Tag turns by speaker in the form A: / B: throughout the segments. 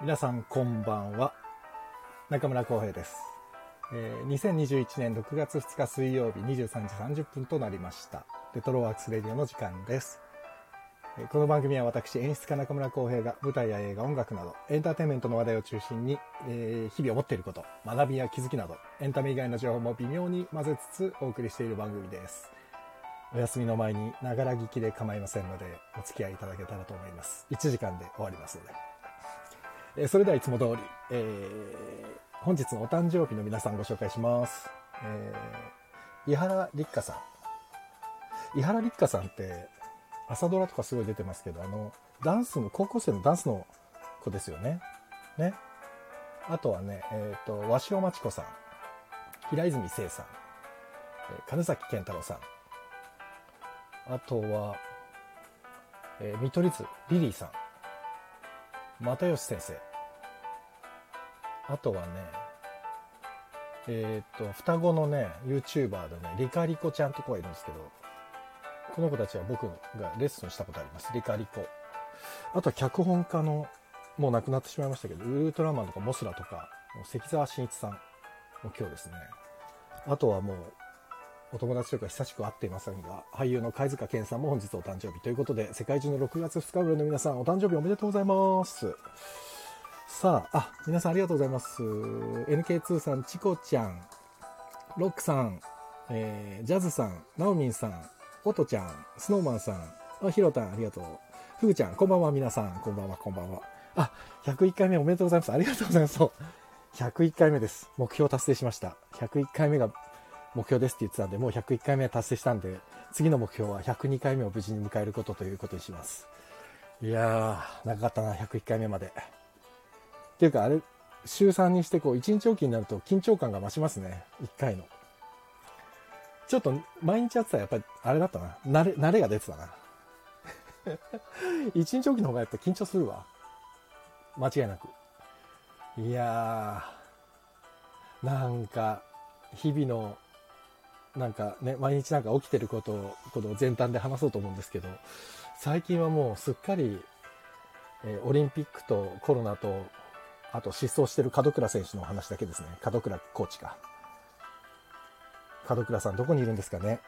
A: 皆さんこんばんは中村浩平です、えー2021年6月2日水曜日23時30分となりましたレトロワークスレディオの時間です、えーこの番組は私演出家中村浩平が舞台や映画音楽などエンターテインメントの話題を中心に、えー日々思っていること学びや気づきなどエンタメ以外の情報も微妙に混ぜつつお送りしている番組ですお休みの前にながら聞きで構いませんのでお付き合いいただけたらと思います1時間で終わりますのでえーそれではいつも通り、えー本日のお誕生日の皆さんご紹介します。えー、伊原立花さん。伊原立花さんって、朝ドラとかすごい出てますけど、あの、ダンスの、高校生のダンスの子ですよね。ね。あとはね、えっ、と、鷲尾真知子さん。平泉聖さん。えー金崎健太郎さん。あとは、えー見取り図、リリーさん。又吉先生あとはねえーっと双子のね YouTuber でねリカリコちゃんと子がいるんですけどこの子たちは僕がレッスンしたことありますリカリコあとは脚本家のもう亡くなってしまいましたけどウルトラマンとかモスラとかもう関澤慎一さんも今日ですねあとはもうお友達とか久しく会っていませんが、俳優の貝塚健さんも本日お誕生日ということで、世界中の6月2日生まれの皆さん、お誕生日おめでとうございます。さあ、あ、皆さんありがとうございます。NK2 さん、チコちゃん、ロックさん、えージャズさん、ナオミンさん、オトちゃん、スノーマンさん、あヒロタン、ありがとう。フグちゃん、こんばんは、皆さん、こんばんは、こんばんは。あ、101回目おめでとうございます。ありがとうございます。そう101回目です。目標達成しました。101回目が目標ですって言ってたんで、もう101回目達成したんで、次の目標は102回目を無事に迎えることということにします。いやー、長かったな、101回目まで。っていうか、あれ、週3にして、こう、1日おきになると緊張感が増しますね、1回の。ちょっと、毎日やってたらやっぱり、あれだったな。慣れ、慣れが出てたな。1日おきの方がやっぱ緊張するわ。間違いなく。いやー、なんか、日々のなんかね、毎日なんか起きてることを、この前端で話そうと思うんですけど、最近はもうすっかり、えーオリンピックとコロナと、あと失踪してる門倉選手のお話だけですね。門倉コーチか。門倉さんどこにいるんですかね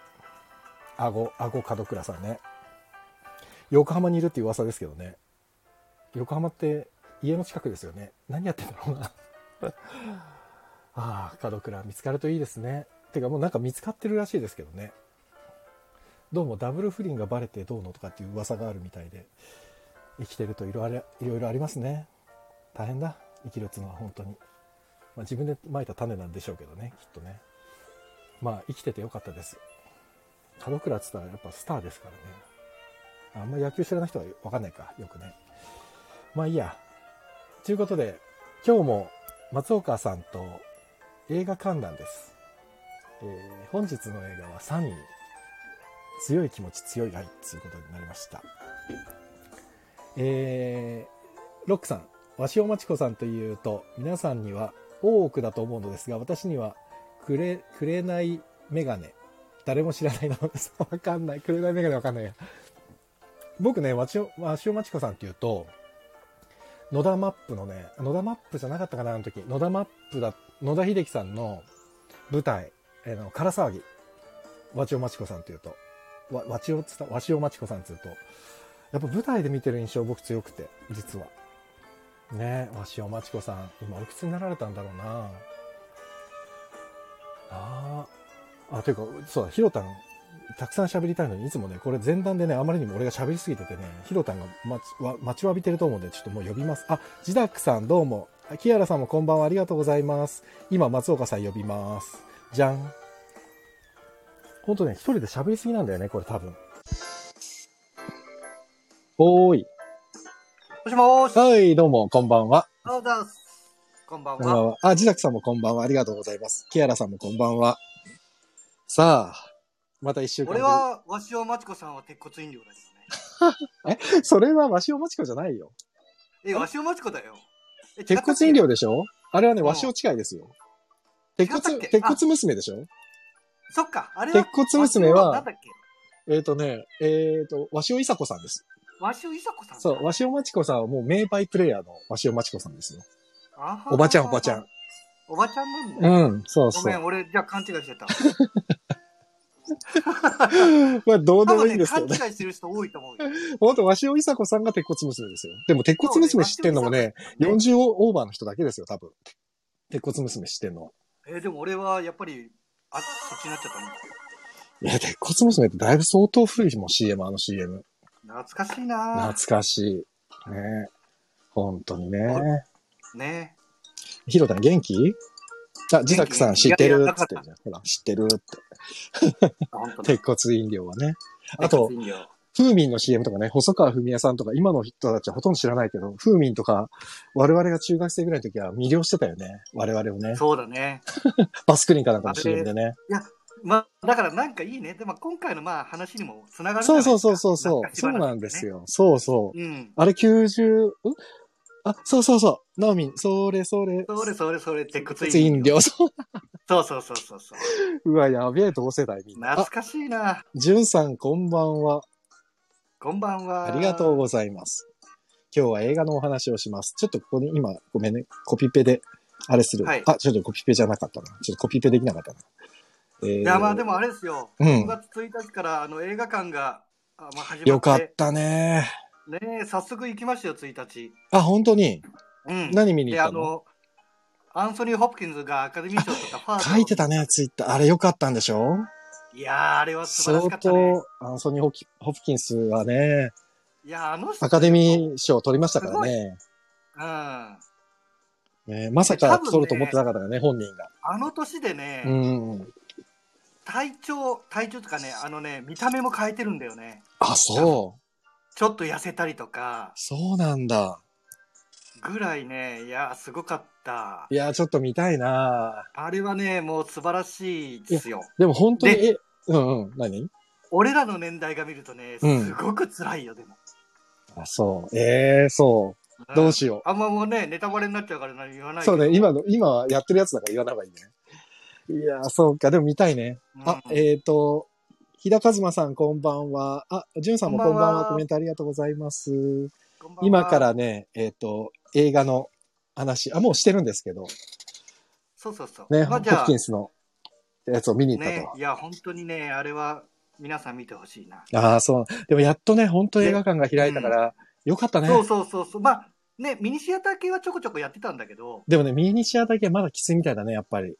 A: 顎、顎門倉さんね。横浜にいるっていう噂ですけどね。横浜って家の近くですよね。何やってんだろうな。ああ、門倉見つかるといいですね。てかもうなんか見つかってるらしいですけどね。どうもダブル不倫がバレてどうのとかっていう噂があるみたいで、生きてるといろあれいろいろありますね。大変だ。生きるっつうのは本当に。まあ自分で蒔いた種なんでしょうけどね、きっとね。まあ生きててよかったです。門倉っつったらやっぱスターですからね。あんま野球知らない人はわかんないか、よくね。まあいいや。ということで、今日も松岡さんと映画観覧です。えー本日の映画は3位強い気持ち強い愛ということになりましたえーロックさん鷲尾真知子さんというと皆さんには大奥だと思うのですが私にはくれくれないメガネ誰も知らないのです わかんないくれないメガネわかんないや僕ね鷲尾鷲尾真知子さんっていうと野田マップのね野田マップじゃなかったかなあの時野田マップだ野田秀樹さんの舞台えーの、唐騒ぎ。和千代町子さんっていうと。わ、和千代っつった、和千代町子さんっていうと。やっぱ舞台で見てる印象僕強くて、実は。ねえ、和千代町子さん。今おいくつになられたんだろうなああー。あ、というか、そうだ、ひろたん、たくさん喋りたいのに、いつもね、これ前段でね、あまりにも俺が喋りすぎててね、ひろたんが待ちわ待ちわびてると思うんで、ちょっともう呼びます。あ、ジダックさんどうも。あキアラさんもこんばんは、ありがとうございます。今、松岡さん呼びます。じゃん。ほんとね、一人で喋りすぎなんだよね、これ多分。おーい。
B: もしもーし。
A: はい、どうも、こんばんは。
B: あダンス。こんばん
A: こんばん
B: は。
A: は。あ、ジダクさんもこんばんは。ありがとうございます。キアラさんもこんばんは。さあ、また一週間ぶ
B: 俺
A: り。
B: は、わしおまちこさんは鉄骨飲料だ け
A: それは、わしおもちこじゃないよ。
B: どね。え、わしおまちこだよ。え
A: 鉄骨飲。
B: 違ったっ
A: 料でしょあれはね、
B: うん
A: わしお違いですよ。
B: 違っ
A: 鉄
B: たっけ
A: 骨、
B: あ
A: 鉄骨娘でしょ
B: けそっか、あれ
A: 鉄骨娘は
B: わしおなんだっけ
A: えっ、とね、えっ、と、わしおいさこさんです。
B: わしおいさこさん。
A: そう、
B: わ
A: 鷲尾まちこさんはもう名バイプレイヤーの鷲尾まちこさんですよ。
B: あは
A: おばちゃん、おばちゃん。。
B: おばちゃんなんだ。
A: うん、そう
B: ご
A: そ
B: め
A: う。
B: ん、俺、じゃあ勘違いしてた。
A: まあ、どうで
B: 多
A: もいい
B: 分
A: ん
B: ね、
A: ですけ
B: 勘
A: ど
B: 違
A: ね。
B: いする人多いと思うよ。
A: ほんと、鷲尾いさこさんが鉄骨娘ですよ。でも、鉄骨娘知ってんのもね、
B: そうね
A: 40オーバーの人だけですよ、多分。鉄骨娘知ってんのは。
B: えーでも俺はやっぱり、あ、そっちになっちゃったね。
A: いや、鉄骨娘ってだいぶ相当古いもん、CM、あの CM。
B: 懐かしいな
A: 懐
B: ぁ
A: かしい。ね本当にね。
B: ね
A: ヒロタン元気あ、自作さん知ってるっ
B: 元気
A: つってんじゃん。ほら、知ってるって。
B: え。ほんとね
A: 鉄骨飲料はね。あと、
B: いいよ
A: フーミンの CM とかね、細川文也さんとか、今の人たちはほとんど知らないけど、フーミンとか、我々が中学生ぐらいの時は魅了してたよね。我々をね。
B: そうだね。
A: バスクリンかなんかの
B: あれ
A: CM でね。
B: まあ、だからなんかいいね。でも今回のまあ話にもつながるじ
A: そ
B: ゃな
A: う
B: いです
A: そ
B: か
A: うそうそうそう。そうなんです。よ。そうそう。
B: 懐かし話ね
A: あれ90、んあ、そうそうそう。ナオミン、それそれ。
B: うん。それそれそれ、鉄骨
A: ツイ
B: 飲
A: ン
B: 料。
A: 料。そう
B: そうそうそうそうそう。
A: うわ、やべえ、同世代みんな。
B: 懐
A: あ、
B: かしいな
A: ジュンさん、こんばんは。
B: こんばんは。
A: ありがとう
B: う。
A: ございます。今日は映画のお話をします。ちょっとここに今、ごめんね、コピペで、あれする。
B: はい
A: あ、ちょっとコピペじゃなかったな。ちょっとコピペできなかったな。えー
B: いや、まあでもあれですよ。
A: うん
B: 6月1日からあの映画館が、あまあ、始まって。
A: よかったね。
B: ねえ早速行きましたよ、1日。
A: あ、本当に
B: うん。
A: 何見に
B: で、
A: 行っ
B: あ
A: たの
B: の、アンソニー・ホプキンズがアカデミー賞とかファースト
A: 書いてたね、ツイッター。あれよかったんでしょ
B: いやー、あれは素
A: 相
B: 晴らしかったね。
A: 当、アンソニーホキ・ホプキンスはね、
B: いやー、あの人
A: アカデミー賞取りましたからね。
B: うん。あ
A: ねまさか取ると思ってなかったからね、本人が。
B: の年でね、
A: うん。
B: 体調、体調とかね、あのね、見た目も変えてるんだよね。
A: あ、そう。
B: ちょっと痩せたりとか、
A: そうなんだ。
B: ぐらいね、いやー、すごかった
A: い。や、ちょっと見たいな
B: あれはね、もう素晴らしいですよ。
A: でも本当に、
B: で
A: え、うんうん、何
B: 俺らの年代が見るとね、
A: うん
B: すごく辛いよ、でも。
A: あ、そう。ええそ
B: ん
A: う。どうしよ
B: あんまもうね、ネタバレになっちゃうから何も言わ
A: う。
B: ないけ
A: そ
B: ど
A: うね、今の、今やってるやつだから言わない方がいいね。いやー、そうか、でも見たいね。あ、
B: うん
A: えっ、ー、と、日田和馬さんこんばんは。あ、じゅんさんもこ
B: こ
A: ん
B: ん
A: ば
B: ば
A: ん
B: んは
A: は。コメントありがとうございます。
B: こんばんは
A: 今からね、えっ、と、映画の話、あ、もうしてるんですけど、
B: そうそうそう。
A: ね、
B: ま
A: ホ
B: あじゃ
A: ッ
B: あ
A: キ、ンスのやつを見に行ったと。
B: ね、いや、本当にね、あれは皆さん見てほしいな。
A: ああ、そう。でもやっとね、本当映画館が開いたから、よかったね。
B: そうそうそうそう。まあ、ね、ミニシアター系はちょこちょこやってたんだけど、
A: でもね、ミニシアだけまだきついみたいだね、やっぱり。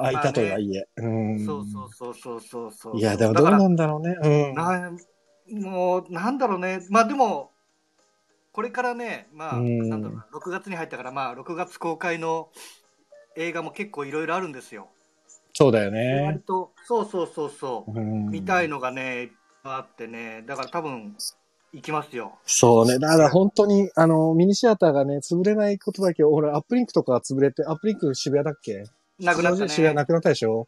A: あ、いたとはいえ。うん。
B: そうそうそうそうそうそう。
A: いや、でも
B: だ
A: どう
B: か
A: な
B: ら
A: んだろうね。うん。
B: なもう、なんだろうね。まあでも、これからね、まあ、
A: うん
B: なんだろうな、6月に入ったから、まあ、6月公開の映画も結構いろいろあるんですよ。
A: そうだよ
B: で割
A: ね。
B: と、そうそうそうそう。
A: うん。
B: 見たい
A: の。
B: のがね、あってね、だから多分、行きますよ。
A: そうね。だから本当に、あの、ミニシアターがね、潰れないことだけ、俺、アップリンクとか潰れて、アップリンク渋谷だっけ
B: なくなったね。
A: 渋谷なくなったでしょ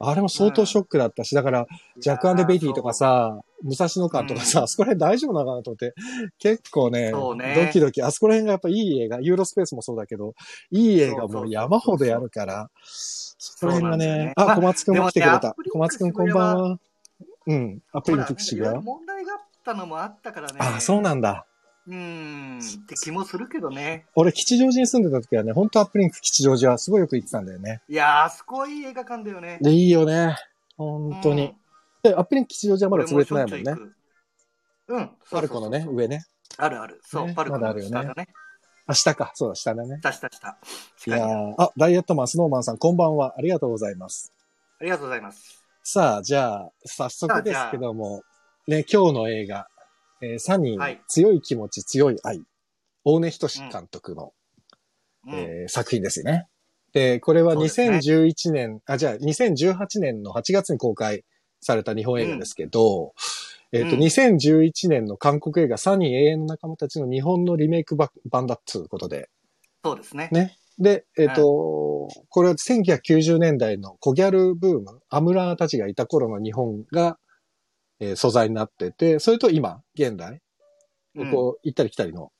A: あれも相当ショックだったし、だから、ジャックベイティーとかさ、武蔵野館とかさ、
B: う
A: あそこら辺大丈夫なのかなと思って、結構ね
B: そうね
A: ドキドキ、あそこら辺がやっぱいい映画、ユーロスペースもそうだけど、いい映
B: そ
A: 画
B: うそう
A: もう山ほどやるから、そこら辺が
B: そうなんだよ
A: ね
B: ね、ま
A: あ、
B: あ
A: 小松くんも来てくれ
B: でもね
A: た
B: アップリン。ク
A: 小松くんこんばんは。うん、アプ
B: ほ
A: リの
B: らなん
A: 特
B: か
A: 集
B: いろい
A: が
B: ろ。問題があったのもあったからね。
A: あ、そうなんだ。
B: うん。って気もするけどね。
A: 俺、吉祥寺に住んでた時はね、ほんとアップリンク吉祥寺はすごいよく行ってたんだよね。
B: いやー、あそこはいい映画館だよね。
A: で、いいよね。本当に。で、アップリンク吉祥寺はまだ潰れてないもんね。
B: ね。うん。
A: パルコのね、上ね。
B: あるある。そう、
A: ね
B: パルコ
A: まだあ
B: の
A: るよね
B: 下だね。
A: あ、下か。そうだ、下だね。
B: 下下下。
A: い
B: 近
A: や
B: いね
A: ーあ、ダイエットマン、スノーマンさん、こんばんは。ありがとうございます。
B: ありがとうございます。
A: さあ、じゃあ、早速ですけども、ね、今日の映画、えーサニー、
B: はい
A: 強い気持ち、強い愛、大根仁監督の、
B: うん。
A: えー作品ですよね。で、これは
B: そうですね
A: 2011年、あ、じゃあ、2018年の8月に公開された日本映画ですけど、えっ、と、
B: うん
A: 2011年の韓国映画、サニー永遠の仲間たちの日本のリメイクば版だっつうことで、
B: そうですね。
A: ね。で、えっ、と、これは1990年代のコギャルブーム、アムラーたちがいた頃の日本が、えー素材になってて、それと今、現代、
B: うん
A: こう、行ったり来たりの、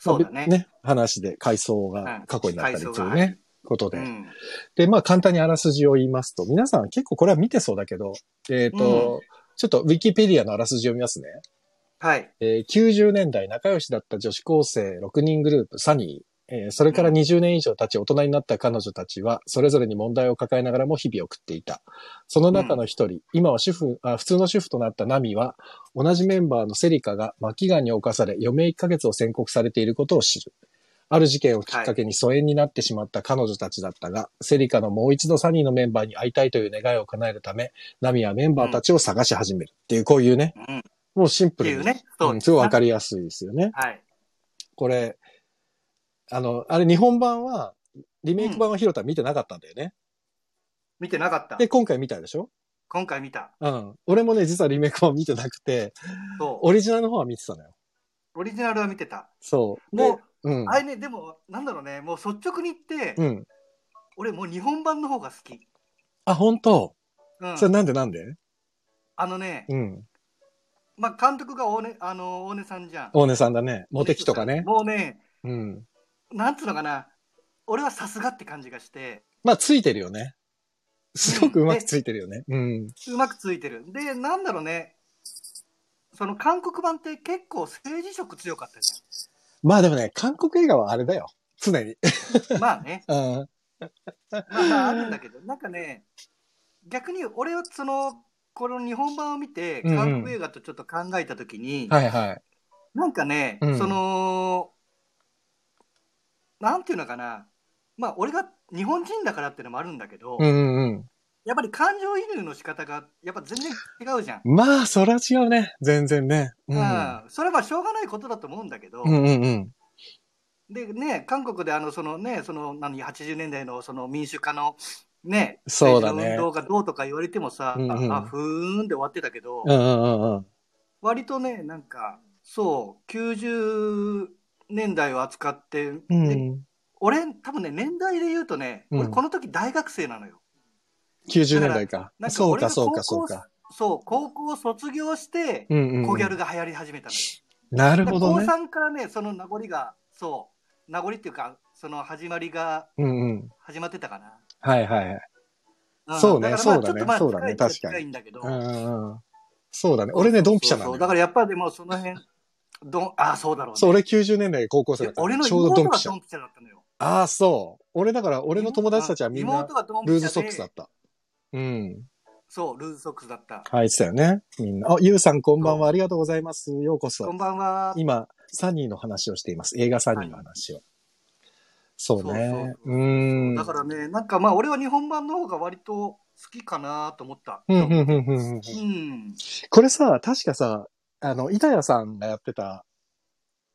B: そうだね。
A: ね、話で階層
B: は
A: が
B: い
A: 過去になったりす
B: 階層
A: る
B: が
A: ね、
B: はい
A: こと
B: う
A: で、
B: ん。
A: で、まあ簡単にあらすじを言いますと、皆さん結構これは見てそうだけど、えっ、と、ちょっとウィキペディアのあらすじを見ますね。
B: はい。
A: えー90年代仲良しだった女子高生6人グループ、サニー、えーそれから20年以上経ち大人になった彼女たちは、それぞれに問題を抱えながらも日々を送っていた。その中の一人、今は主婦あ、普通の主婦となったナミは、同じメンバーのセリカが巻きがに侵され、余命1ヶ月を宣告されていることを知る。ある事件をきっかけに疎遠になってしまった彼女たちだったが、セリカのもう一度サニーのメンバーに会いたいという願いを叶えるため、ナミはメンバーたちを探し始めるっていう、こういうね、
B: うん。っ
A: もうシンプ
B: て
A: ル
B: い
A: に
B: うね。
A: う、
B: そうん
A: すごいわか
B: り。
A: りやすいですよね。
B: はい。
A: これ、あの、あれ日本版は、リメイク版はヒロタ見てなかったんだよね。
B: 見てなかった
A: で、。今回見たでしょ
B: 今回見た。
A: うん。俺もね、実はリメイク版見てなくて、
B: そう。
A: オリジナルの方は見てたのよ。
B: オリジナルは見てた。
A: そう。で
B: もう、、
A: うん。
B: あれね、でも、なんだろうね、もう率直に言って、
A: うん。
B: 俺もう日本版の方が好き。
A: あ、本当
B: うん
A: それなんでなんで
B: あのね、
A: うん。
B: まあ、監督が大根あの大根さんじゃん。
A: 大根さんだね。モテキとかね。
B: もうね、
A: うん。
B: なんつうのかな、俺はさすがって感じがして、
A: まあ、ついてるよね。すごくうまくついてるよね。うん。
B: うまくついてる。で、なんだろうね、その韓国版って結構政治色強かったじ
A: まあでもね、韓国映画はあれだよ。常に。
B: ゃん。まあね、
A: うん。
B: まあまああるんだけど、なんかね、逆に俺はその、この日本版を見て、
A: うんうん
B: 韓国映画とちょっと考えたときに、
A: はいはい。
B: なんかね、
A: うん
B: その、なんていうのかな、まあ、俺が日本人だからってのもあるんだけど、
A: うんうん
B: やっぱり感情移入の仕方が、やっぱ全然違うじゃん。
A: うん。まあ、そら違うね。全然ね。う。
B: うんん、それはしょうがないことだと思うんだけど、
A: うんうんうん。
B: でね、韓国であのそのね、その何80年代のその民主化のね、
A: そうだね
B: 政治の運動がどうとか言われてもさ、
A: うんうん
B: あふーんで終わってたけど、
A: うんうんうんうん。
B: 割とね、なんか、そう、90年代を扱って、で
A: うん、
B: 俺、多分ね、年代で言うとね、
A: うん
B: 俺、この時大学生なのよ。
A: 90年代か。
B: なん
A: そう
B: 俺
A: か
B: が
A: そうかそ
B: 高
A: う
B: 校
A: か。
B: そう、高校を卒業して、
A: うんうん、
B: 小ギャルが流行り始めたの。
A: なる
B: だから
A: ほど
B: 高
A: ね。
B: 三からね、その名残が、そう、名残っていうか、その始まりが
A: うんうん。
B: 始まってたかな。
A: はいはいはい。
B: ん
A: そうね
B: だからま
A: そ
B: あ
A: うだね
B: ちょっとまあ
A: そうだね
B: 近い
A: 確かに
B: 近いんだけど。
A: うんうんうん。そうだね。俺ね、ドンピシャなんだ
B: そ
A: よ。
B: うだからやっぱりでもその辺、どん、ああ、そうだろうね。
A: そう、俺90年代高校生だ
B: で
A: から、
B: 俺の
A: ちょうどド
B: 妹
A: ン
B: が
A: ピシ
B: ド
A: ャ。
B: ンピシャだったのよ。
A: ああ、そう。俺だから、俺の友達たちはみんな
B: 妹がドンピ
A: ルー
B: シャで
A: ズソックスだった。うん。
B: そう、ルーズソックスだった。
A: 入ってたよね。みんな。あ、ゆうさんこんばんは。ありがとうございます。ようこそ
B: こ。んばんは。
A: 今、サニーの話をしています。映画サニーの話を。そう
B: そうそ
A: ね
B: う。そう
A: うーん。
B: だからね、なんかまあ俺は日本版の方が割と好きかなと思った。
A: うんうんうんうんうんうん。
B: うん。
A: これさ、確かさ、あの、板谷さんがやってた、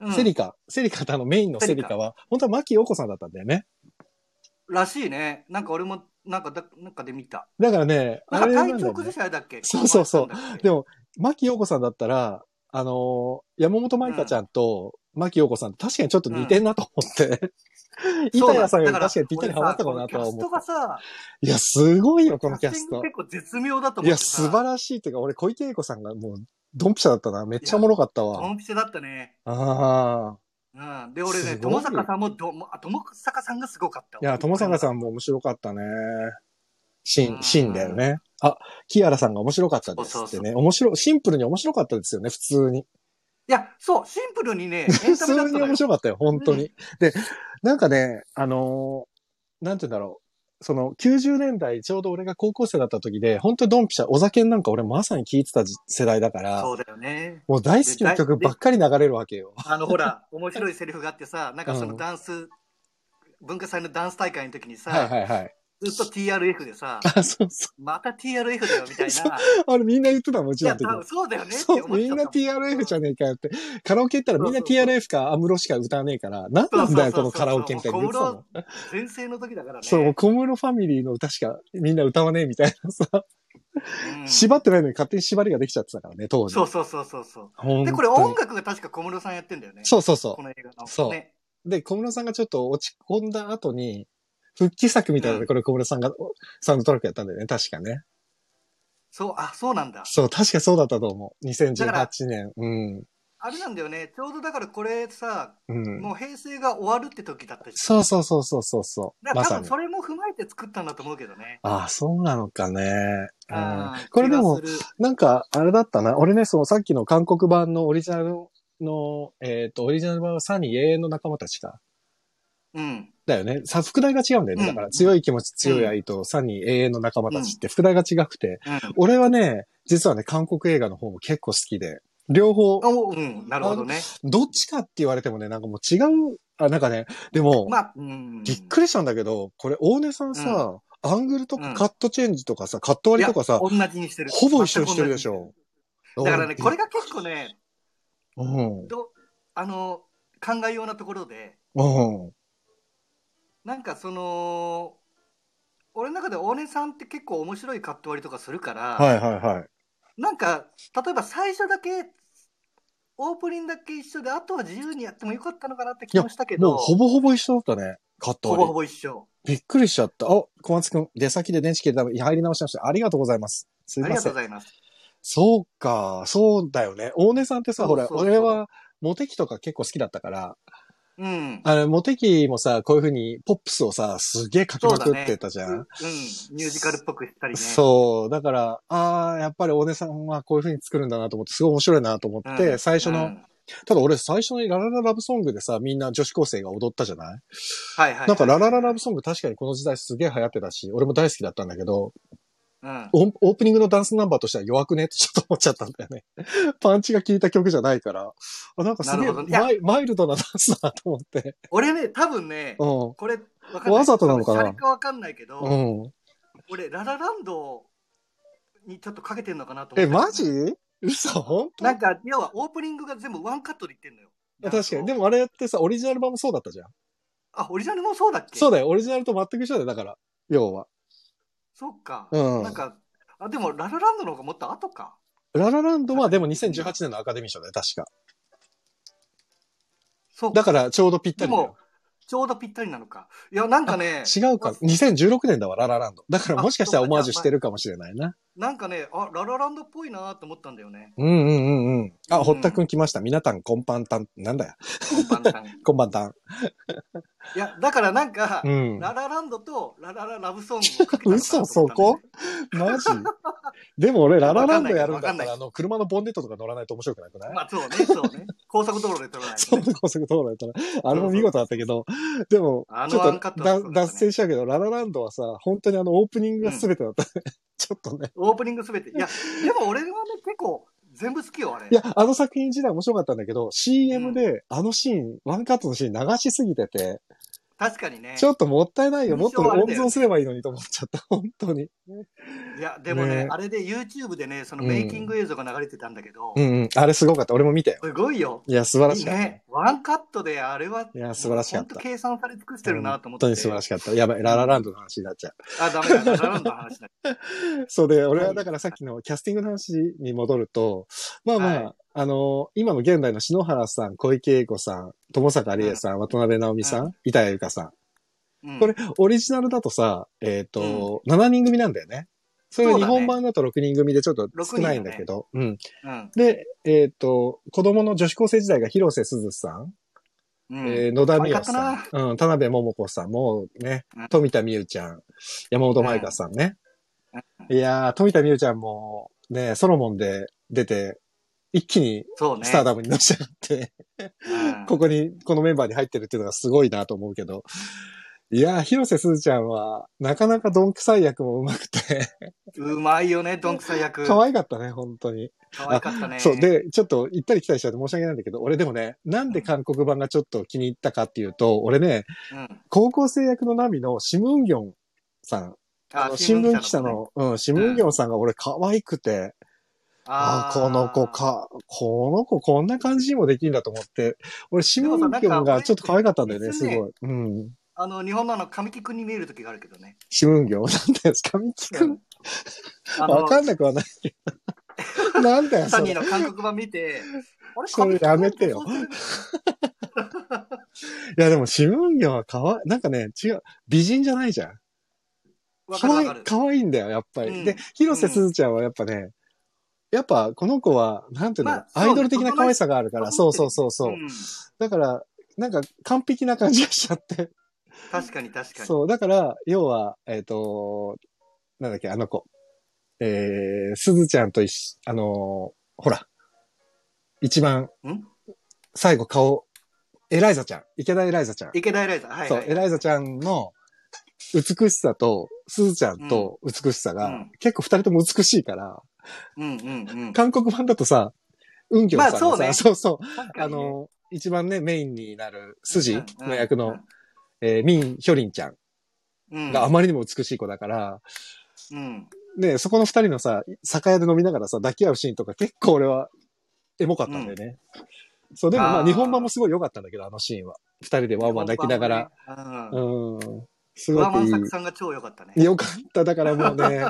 B: うん
A: セリカ、セリカってあのメインのセリカは、本当は牧陽子さんだったんだよね。
B: らしいね。なんか俺も、なんかだ、なんかで見た。
A: だからね、
B: な
A: あ
B: ん
A: れ
B: か
A: なん
B: 体
A: だよ
B: 調崩
A: ね。
B: しあれだっけ
A: そうそうそうで
B: も、
A: も、牧陽子さんだったら、あのー山本舞香ちゃんと牧陽子さん、確かにちょっと似てんなと思って。 板谷さんより確かにぴったりハマったかなとは思
B: キャスト
A: って。
B: がさ、
A: いや、すごいよ、こ
B: こ
A: の
B: の
A: キ
B: キ
A: ャ
B: ャ
A: ス
B: ス
A: ト
B: ト。。結構絶妙だと
A: い
B: 思っ
A: や、
B: てさ
A: 素晴らしいっていうか、俺、小池栄子さんがもう、ドンピシャだったな。めっちゃおもろかった
B: ド
A: わ。
B: ンピシャだったね。
A: ああ。
B: うん。で、俺
A: す
B: ね、
A: ごい
B: 友坂さんもど、もあ友坂さんがすごかったわ。
A: いや、友坂さんも面白かったね。シ
B: う
A: ン、
B: ん
A: シンだよね。あ、キアラさんが面白かったです
B: そう
A: っ
B: そ
A: て
B: う
A: ね。面白い、シンプルに面白かったですよね、普通に。
B: いや、そう、シンプルにね、エ
A: 普
B: ンタメだ
A: 通
B: った
A: に
B: のよ
A: 面。白かったよ、本当
B: う
A: に。で、なんかね、あのーなんて言うんだろう。その90年代、ちょうど俺が高校生だった時で、本当にドンピシャ、お酒なんか俺まさに聴いてた時世代だから
B: そ、うだよね。
A: もう大好きな曲ばっかり流れるわけよ。
B: あの、ほら、面白いセリフがあってさ、なんかそうの
A: ん
B: ダンス、文化祭のダンス大会の時にさ、
A: はいはいはい。
B: ずっと TRF で さ、
A: あ、そうそ
B: また TRF だよみたい
A: そう
B: な。
A: う。あれみんな言ってたもん、う
B: い
A: ちら
B: や、
A: の時
B: 多分そうだよねって
A: そ
B: 思
A: う、
B: っちゃ
A: み
B: った
A: んな TRF じゃねえかよって。カラオケ行ったらみんな
B: そうそうそう
A: TRF かアムロしか歌わねえから、なんなんだよ、こ
B: そうそ
A: の
B: うそうそう
A: カラオケみたいに言ってたもん。
B: 全盛の時だからね。
A: そう、小室ファミリーの歌しかみんな歌わねえみたいなさ、
B: うん
A: 縛ってないのに勝手に縛りができちゃってたからね、当時。
B: そうそうそうそうそう。
A: う
B: で、これ音楽が確か小室さんやってんだよね。
A: そうそうそ
B: この映画の。
A: そう
B: ね。
A: う。で、小室さんがちょっと落ち込んだ後に、復帰作みたいなので、これ小室さんがおサウンドトラックやったんだよね、確かね。
B: そう、あ、そうなんだ。
A: そう、確かそうだったと思う。
B: だか
A: 2018年。うん。
B: あれなんだよね。ちょうどだからこれさ、
A: うん。
B: もう平成が終わるって時だったし。
A: そうそうそうそうそうそう。
B: だか
A: ま
B: ら
A: さ
B: 多
A: に
B: 分。それも踏まえて作ったんだと思うけどね。
A: ああ、そうなのかね。うん
B: あー
A: これでも、
B: 気がする
A: なんか、あれだったな。俺ね、そう、さっきの韓国版のオリジナルの、えっ、と、オリジナル版はサニー永遠の仲間たちか。
B: うん。
A: だよね。さ、副題が違うんだよね。
B: う
A: だ
B: ん
A: から、強い気持ち、強い愛と、サニー永遠の仲間たちって、副題が違くて。
B: うん。
A: 俺はね、実はね、韓国映画の方も結構好きで、両方、
B: あおうん、なるほどね。
A: どっちかって言われてもね、なんかもう違う、あ、なんかね、でも、
B: まあ、うん。
A: びっくりしたんだけど、これ、大根さんさ、アングルと
B: う
A: か
B: ん
A: カットチェンジとかさ、カット割りとかさ、
B: いや同じにしてる。
A: ほぼ一緒にしてるでしょ。
B: 全く同じにしてる。だからね、これ
A: が、
B: が結構ね、
A: うん、
B: どあの、考えようなところで、
A: うん、
B: なんかその、俺の中で大根さんって結構面白いカット割りとかするから、
A: はいはいはい。
B: なんか、例えば最初だけ、オープニングだけ一緒で、あとは自由にやってもよかったのかなって気もしたけど、
A: もうほぼほぼ一緒だったね。カット
B: ほ
A: 割
B: ぼ
A: り。
B: ほぼ一緒。
A: びっくりしちゃった。あ、小松くん、出先で電池切れた。入り直しました。ありがとうございます。すい
B: あり
A: ま
B: が
A: せ
B: と
A: ん
B: うご。ざいます。
A: そうか、そうだよね。大根さんってさ、
B: そ
A: ほ
B: うそ
A: ら
B: う、そう
A: 俺は、モテキとか結構好きだったから、
B: うん。
A: あれ、モテキもさ、こういう風に、ポップスをさ、すげえ書きまくってたじゃ。
B: うんん、ミュージカルっぽくしたりね。
A: そう。だから、ああ、やっぱり大根さんはこういう風に作るんだなと思って、すごい面白いなと思って、
B: うん
A: 最初の、
B: うん
A: ただ俺最初にララララブソングでさ、みんな女子高生が踊ったじゃない、
B: はいはい。
A: なんかララララブソング確かにこの時代すげえ流行ってたし、俺も大好きだったんだけど、
B: うん。
A: オンオープニングのダンスナンバーとしては弱くね ってちょっと思っちゃったんだよね。パンチが効いた曲じゃないから。あなんかすげ
B: な
A: え
B: るほどいや
A: マイマイルドなダンスだなと思って。
B: 俺ね、多分ね、
A: う
B: これ、わかんない
A: わざとなのかな
B: シャレかわかんないけど、
A: ん。うん。
B: 俺、ララランドにちょっとかけてんのかなと思
A: え、
B: って。
A: マジ嘘本当
B: なんか、要はオープニングが全部ワンカットでいってんのよ。
A: 確かに。で
B: も。
A: もあれってさ、オリジナル版もそうだったじゃん。
B: あ、オリジナルもそうだっけ
A: そう
B: だ。
A: だよ。オリジナルと全く一緒だよ。だから、要は。
B: そっか。
A: うん
B: なんか、あ、でも、ララランドの方がもっと後か。
A: ララランドはでも2018年のアカデミー賞だよ。確か。
B: そう
A: だからちょうどぴった
B: で
A: りだよ
B: も。、ちょうどぴったりなのか。いや、なんかね、
A: 違うか。2016年だわ、ララランド。だからもしかしたらオマージュしてるかもしれないな。
B: なんかね、あ、ララランドっぽいなと思ったんだよね。
A: うんうんうんうん。あ、
B: うん
A: 堀田くん来ました。皆たん、こんぱんたん。なんだよ。
B: 本番さんい
A: こんばんたん。
B: や、だからなんか、
A: うん。
B: ララランドとララララブソングをかけたのかなと
A: 嘘、
B: 思ったんだよね
A: そこマ ジでも俺、ララランドやるん
B: わか
A: だっ
B: ん
A: た
B: ない
A: ら、あの、車のボンネットとか乗らないと面白くなくない、
B: まあそうね、そうね。高速道路で撮らない
A: そ
B: と
A: う
B: ね。
A: 高速道路やったら、あれも見事だったけど、でも
B: あ、の
A: ちょ
B: ワン
A: っ
B: カッ
A: と
B: トは
A: だ
B: そうだったね
A: 脱線したけど、ララランドはさ、本当にあの、オープニングが全てだ ったね。ちょっとね。
B: オープニングすべて。いや、でも俺はね、結構全部好きよ、あれ。
A: いや、あの作品自体面白かったんだけど、CM であのシーン、ワンカットのシーン流しすぎてて、
B: 確かにね。
A: ちょっともったいないよ。もっと
B: 印象あれ
A: 温
B: だよね
A: 存すればいいのにと思っちゃ った。本当に。
B: いや、でもね
A: ね
B: あれで YouTube でね、その
A: うん
B: メイキング映像が流れてたんだけど、
A: うんうん。あれすごかった。俺も見たよ。
B: すごいよ。
A: いや、素晴ら
B: い
A: し
B: い
A: かった。
B: ね。ワンカットであれは、
A: いや素晴らしかった
B: 本当計算され尽くしてるなと
A: 本
B: 思って。
A: 当に素晴らしかった。やばい、ララランドの話になっちゃう。
B: あ、ダメだ、ララランドの話だ。
A: そうで、俺はだからさっきのキャスティングの話に戻ると、まあまあ、
B: は
A: あの、今の現代の篠原さん、小池栄子さん、友坂理恵さん、渡辺直美さん、板谷由香さん。
B: うん
A: これ、オリジナルだとさ、えっ、と、7人組なんだよね。それが
B: そう
A: 日
B: だね
A: 本版だと6人組でちょっと少ないんだけど。うん。
B: うん。
A: で、えっ、と、子供の女子高生時代が広瀬すずさん、
B: うん
A: えー野田美也
B: 可
A: さ
B: 愛
A: ん
B: か、
A: うん、田辺桃子さん、もうね
B: うん、
A: 富田美優ちゃん、山本舞香さんね。いやー、富田美優ちゃんも、ね、ソロモンで出て、一気に
B: そうね。
A: スターダムに乗し上がって、
B: うん
A: ここに、このメンバーに入ってるっていうのがすごいなと思うけど、いやー、広瀬すずちゃんは、なかなかどんくさい役もうまくて、
B: うまいよね、どんくさい役。
A: 可愛かったね、本当に。
B: 可愛かったね。
A: そう。で、ちょっと行ったり来たりしちゃって申し訳ないんだけど、俺でもね、なんで韓国版がちょっと気に入ったかっていうと、俺ね、
B: うん、
A: 高校生役のナミのシムンギョンさん、あの新聞記者の、うん、シムンギョンさんが俺可愛くて、あ
B: ー
A: この子。か、この子こんな感じにもできるんだと思って、俺シムンギョンがちょっと可愛かったんだよね、
B: ですすね
A: ごい。うん。
B: あの、日本のあの、神木君に見える時があるけどね。
A: シムンギョンなんだよ、神木くん。
B: あの
A: わかんなくは ないけど。なんだよ、
B: サ
A: そ
B: ニー
A: れ。
B: の韓国版見て、あれ
A: それやめてよ。
B: 神木君ってそうす
A: いや、でもシムンギョンは可愛い、なんかね、違う、美人じゃないじゃん。
B: るわ
A: 可
B: かるわ
A: 愛い
B: かる。
A: 可愛いんだよ、やっぱり。
B: うん
A: で、広瀬すずちゃんはやっぱね、やっぱこの子は、なんていうの、
B: まあ
A: アイドル的な可愛さがあるから、
B: そ
A: そうう
B: ね
A: そうそうそう。
B: ん
A: だから、なんか完璧な感じがしちゃって。
B: 確かに確かに。
A: そう、だから、要は、えっ、と、なんだっけ、あの子。えー、すずちゃんと一緒、あのーほら、一番
B: ん、
A: 最後顔、エライザちゃん、池田エライザちゃん。
B: 池田エライザ。はい、
A: そう、
B: はい。
A: エライザちゃんの美しさと、すずちゃんと美しさが、
B: うん
A: 結構二人とも美しいから、
B: うんうんうん。
A: 韓国版だとさ、運行さんがさ、
B: まあそうね
A: そうそう、
B: 確か
A: あ
B: にね
A: の、一番ね、メインになる、
B: う
A: 筋
B: んうん
A: の役の、えーミン・ヒョリンちゃん
B: うん
A: があまりにも美しい子だから、
B: うん。
A: ね、そこの二人のさ、酒屋で飲みながらさ、抱き合うシーンとか結構俺は、エモかったんだよね。そう、でもま
B: あ
A: あ
B: ー
A: 日本版もすごい良かったんだけど、あのシーンは。二人でワンワン泣きながら。
B: ら
A: う
B: うん。
A: ん。すご
B: 上
A: くい
B: 満
A: い。
B: 作さんが超良かったね。
A: 良かった。だからもう ね、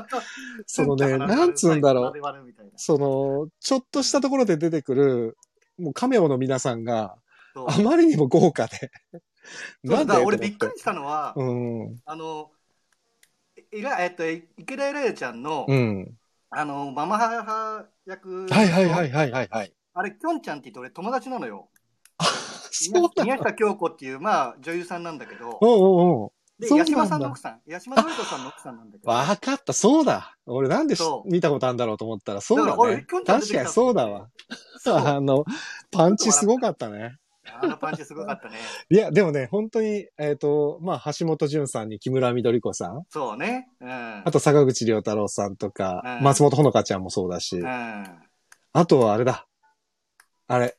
A: そのね、なんつうんだろう。
B: う。みたいな
A: その、ちょっとしたところで出てくる、もうカメオの皆さんが
B: そう
A: あまりにも豪華で。
B: そう
A: なん
B: だ
A: で
B: から俺びっくり
A: と
B: したのは、
A: 思って
B: あの、えらえっと、え池田エライザちゃんの、
A: うん。うん。
B: あの、ママ母役。
A: はいはいはい。はいはいはい。
B: あれ、きょんちゃんって言って俺友達なのよ。
A: そうだ。
B: 宮下京子っていう、まあ、女優さんなんだけど、
A: おうんうんうん。
B: で、
A: そうな
B: 八
A: んだ
B: 島さんの奥さん、八島トリトさんの奥さんなんだけど、
A: わかった、そうだ。俺なんでし
B: そう
A: 見たことあるんだろうと思ったら、そう
B: だ
A: だ
B: から俺
A: ね
B: きょん。ちゃん出
A: 確
B: てきた
A: かにそうだわ。 あの、パンチすごかったね。
B: あのパンチすごかったね。
A: いや、でもね、本当に、えっ、と、まあ、橋本淳さんに木村緑子さん、
B: そうね。う ん。
A: あと坂口良太郎さんとか、
B: うん
A: 松本穂香ちゃんもそうだし、
B: うん。
A: あとはあれだ。あれ、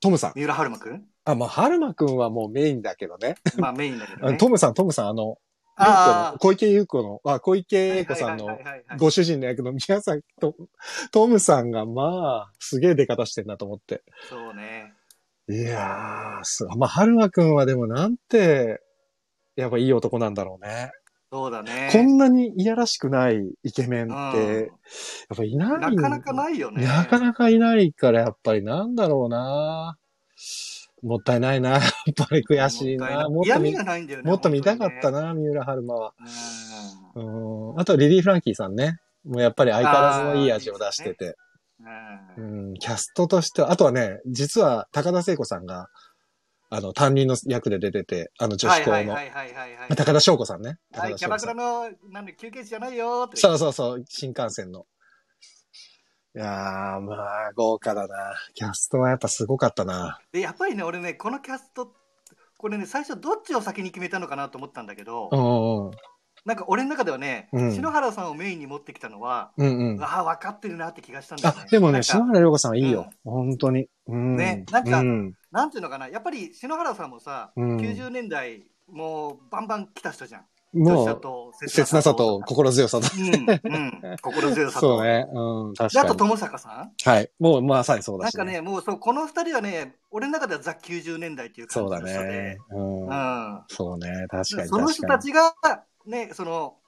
A: トムさん。
B: 三浦春馬くん
A: あ、まあ、春馬くんはもうメインだけどね。
B: まあ、メインだけど、ね。
A: トムさん、トムさん、あの、
B: ああ
A: 小池優子の、あ、小池栄子さん
B: は
A: の
B: いはいはいはいはい
A: ご主人の役の宮崎と、トムさんが、まあ、すげえ出方してんなと思って。
B: そうね。
A: いやー、すまあ、春馬くんはでもなんて、やっぱいい男なんだろうね。
B: そうだね。
A: こんなにいやらしくないイケメンって、やっぱいない
B: うんん、なかなかないよね。
A: なかなかいないから、やっぱりなんだろうな。もったいない な。やっぱり悔しいな。も
B: も
A: っ
B: っ
A: と
B: と
A: 見
B: がないんだよね。
A: もっと見たかった
B: な。
A: な、三浦春馬は。
B: うん
A: うん。あと、リリー・フランキーさんね。もうやっぱり相変わらずのいい味を出してて。
B: うん
A: うん。キャストとしては、あとはね、実は高田聖子さんが、あの、担任の役で出てて、あの女子校
B: はい
A: の
B: は。いはいはいはい、
A: 高田翔子さんね。
B: は
A: 高
B: い。
A: 田
B: キャ
A: 翔
B: バ
A: 子
B: ク
A: さ
B: ラ
A: ん。
B: の、なんで休憩室じゃないよーって。
A: そうそうそう、新幹線の。いやー、まあ、豪華だな。キャストはやっぱすごかったな。
B: で、やっぱりね、俺ね、このキャスト、これね、最初どっちを先に決めたのかなと思ったんだけど、
A: うんうん
B: なんか俺の中ではね、
A: うん
B: 篠原さんをメインに持ってきたのは、
A: うんうん。
B: ああ、分かってるなって気がしたんだよね。
A: あ、でも
B: なん
A: ね、
B: か
A: 篠原涼子さんいいよ。本当に。うん。
B: ねなんか
A: うん。
B: なんていうのかな、やっぱり篠原さんもさ、
A: うん
B: 90年代、もうバンバン来た人じゃん。
A: も
B: 年だ
A: う、
B: と
A: 切なさと心強さと。
B: うん、 うん、心強さと。
A: そうね。うん、
B: であと
A: 確か
B: 友坂さ
A: に。はい。もう、まさにそうんだ
B: なん
A: し。
B: か。ね、もうそうこの二人はね、俺の中ではザ・90年代っていう
A: そ
B: 感
A: う
B: じ
A: だ
B: の人で、
A: ね。うん。
B: うん
A: そうね。確かに。
B: その人
A: 確か
B: た
A: に。
B: ちが、ね、その、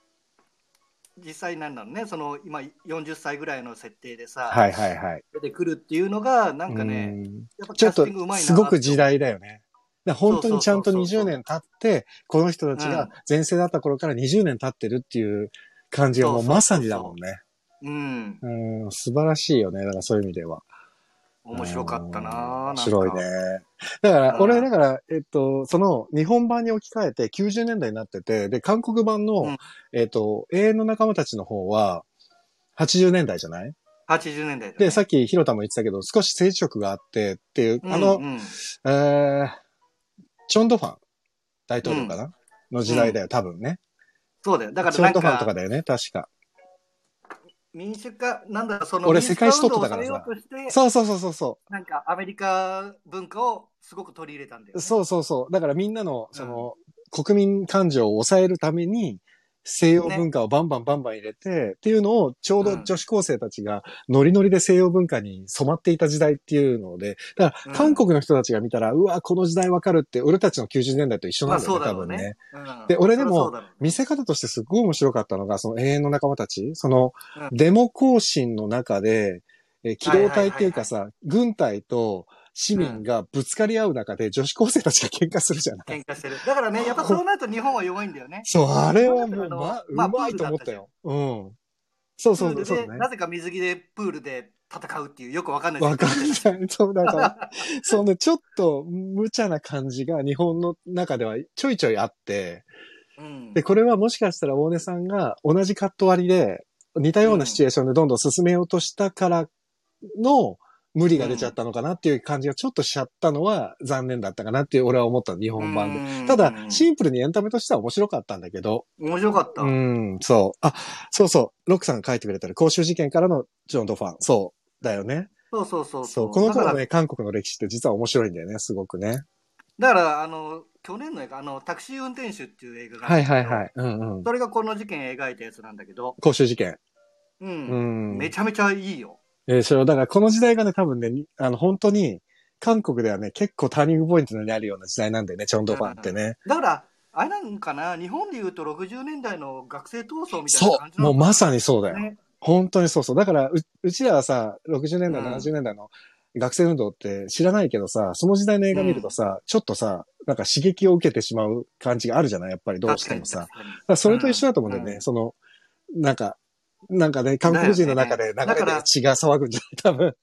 B: 実際なんだろうね、その今40歳ぐらいの設定でさ、
A: はいはいはい。
B: 出てくるっていうのが、なんか
A: う
B: ね、
A: ん
B: やっぱ
A: ち
B: キ
A: ょ
B: ャ
A: っ
B: ス
A: と
B: ティングうまいなって
A: すごく時。代だよね。だから本当にちゃんと
B: そうそうそうそう
A: 20年経って、この人たち
B: う
A: が
B: ん
A: 前世だった頃から20年経ってるっていう感じがもう
B: そうそ
A: まさ
B: うそうそう
A: にだもんね。
B: うん、
A: うん、素晴らしいよね。だからそういう意味では。
B: 面白かったな、
A: 面白いね
B: なんか。。
A: だから、
B: う
A: 俺、
B: ん
A: だから、えっと、その、日本版に置き換えて90年代になってて、で、韓国版の、
B: うん
A: えっと、永遠の仲間たちの方は、80年代じゃない
B: 80年代だね、
A: で、さっき、広田も言ってたけど、少し政治色があってっていう、あの、
B: うんうん
A: えー、チョンドファン大統領かな、の時代だよ、多分ね。
B: そうだよ。だか
A: チョ
B: らな
A: ン
B: ん
A: ドファンと
B: か
A: か、だよね、確か。
B: 民主化、なんだろう、その、
A: 俺
B: 民主
A: 世界史
B: 化運動
A: 取ったからさ
B: を抑えようとして、
A: そうそうそうそうそ
B: なんかアメリカ文化をすごく取り入れたんだよ
A: う。
B: ね。
A: そうそうそう。だからみんなの、その、国民感情を抑えるために、西洋文化をバンバンバンバン入れて、っていうのをちょう
B: う
A: ど
B: ん
A: 女子高生たちがノリノリで西洋文化に染まっていた時代っていうので、だか
B: うん
A: ら韓国の人たちが見たら、うわ、この時代わかるって、俺たちの90年代と一緒
B: ま
A: な
B: あ
A: んだよ
B: そ
A: ね、
B: う
A: 多
B: だろ
A: 分ね
B: うね。。うん
A: で俺でも
B: そりゃそうだろう
A: 見せ方としてすっごい面白かったのが、その永遠の仲間たち、その
B: うん、
A: デモ行進の中で、えー機動隊っていうかさ、軍隊と市民がぶつかり合う中で女子高生たちが喧嘩するじゃない、
B: 喧嘩してる。だからね、やっぱそうなると日本は弱いんだよね。
A: そう、あれは
B: そう
A: も
B: だ
A: う、
B: けど
A: ま、う
B: まあ
A: まいと思ったよ。うん。そう
B: プ
A: そ
B: ール
A: う、
B: で
A: そうだね
B: な。ぜか水着でプールで戦うっていう、よくわかんない
A: わかん
B: です
A: ない。 そう、なん か、そのちょっと無茶な感じが日本の中ではちょいちょいあって、
B: けど。うん
A: で、これはもしかしたら大根さんが同じカット割りで、似たようなシチュエーションでどんどん進めようとしたからの無理が出ちゃったのかなっていう感じがちょっとしちゃったのは残念だったかなっていう俺は思った日本版で。
B: で
A: ただ、シンプルにエンタメとしては面白かったんだけど、
B: 面白かった。
A: うん、そう。あ、そうそう。ロックさんが書いてくれたら、公衆事件からのジョン・ドファン。そう。だよね。
B: そうそうそう
A: そ。
B: そうう。
A: この
B: だか
A: 頃
B: ら
A: ね、韓国の歴史って実は面白いんだよね、すごくね。
B: だから、あの、去年の映画、あの、タクシー運転手っていう映画があ
A: は
B: るん
A: い
B: だけど
A: はいはい。うんうん。
B: それがこの事件描いたやつなんだけど、
A: 公衆事件。
B: う。
A: うんん。
B: めちゃめちゃいいよ。
A: えーそれはだからこの時代がね、多分ね、にあの、本当に、韓国ではね、結構ターニングポイントになるような時代なんだよね、チョンドファンってね。
B: だから、あれなんかな、日本でいうと60年代の学生闘争みたい
A: そ
B: な感じ
A: うも
B: の
A: うまさにそうだよ。
B: ね。
A: 本当にそうそう。だからう、うちらはさ、60年代、
B: うん
A: 70年代の学生運動って知らないけどさ、その時代の映画見るとさ、ちょっとさ、なんか刺激を受けてしまう感じがあるじゃないやっぱりどうしてもさ。だか
B: 確かに。
A: らそれと一緒だと思うんだよね、
B: うん
A: その、なんか、なんかね、韓国人の中で流
B: だよね
A: れてる血が騒ぐんじゃない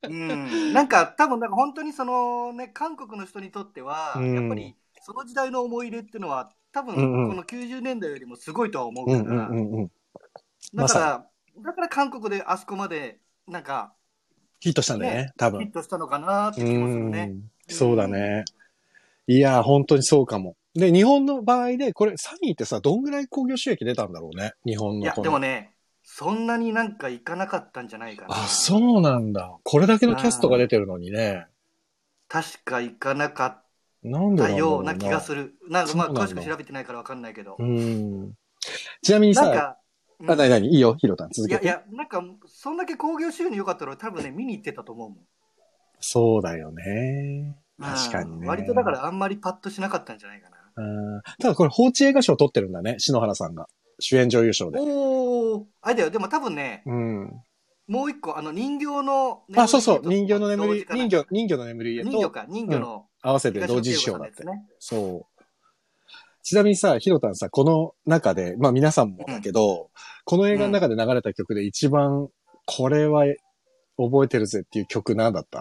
A: 多分。
B: うんなんか多分なんか本当にそのね韓国の人にとっては、
A: うん
B: やっぱりその時代の思い入れっていうのは多分
A: うんうん
B: この90年代よりもすごいとは思う
A: う
B: か
A: ん
B: ら、
A: うんうんうん。
B: だ
A: ま
B: か
A: さ
B: ら、だから韓国であそこまでなんか
A: ヒットしたんだよね、多分
B: ヒ。ットしたのかなって気もするね。
A: うんそうだね。いやー、本当にそうかも。で、日本の場合で、これ、サニーってさ、どんぐらい興行収益出たんだろうね。日本
B: い
A: の
B: や
A: この。
B: でもねそんなになんかいかなかったんじゃないかな。
A: あ、そうなんだ。これだけのキャストが出てるのにね。
B: 確かいかなかっ
A: なんでなん
B: た
A: だ
B: よ
A: ろ
B: う
A: う
B: な
A: な。
B: 気がする。なんかまあ
A: そうなんだ
B: 詳しく調べてないからわかんないけど。
A: うん。ちなみに
B: なん
A: さ、
B: か、うん
A: あ、なになにいいよ、ヒロタン、続
B: い
A: け
B: や
A: て。
B: いや、なんか、そんだけ興行収入良かったら、多分ね、見に行ってたと思うもん。
A: そうだよね。確かにね
B: うん割とだからあんまりパッとしなかったんじゃないかな。
A: うんただこれ、放置映画賞取ってるんだね、篠原さんが。主演女優賞で。
B: おお、あれだよ、でも多分ね、
A: うん。
B: もう一個、あの人形の
A: あ、そうそう、人形
B: 形
A: の眠り、人魚、人魚の眠り家
B: 人形
A: と
B: か、人形の
A: 合わせて
B: 東
A: 同
B: 野圭
A: 時
B: 吾
A: 賞
B: さん
A: だ
B: の
A: っ
B: や
A: て
B: つ。ね。
A: そう。ちなみにさ、ひろたんさ、この中で、まあ皆さんもだけど、この映画の中で流れた曲で一番、これは覚えてるぜっていう曲なんだった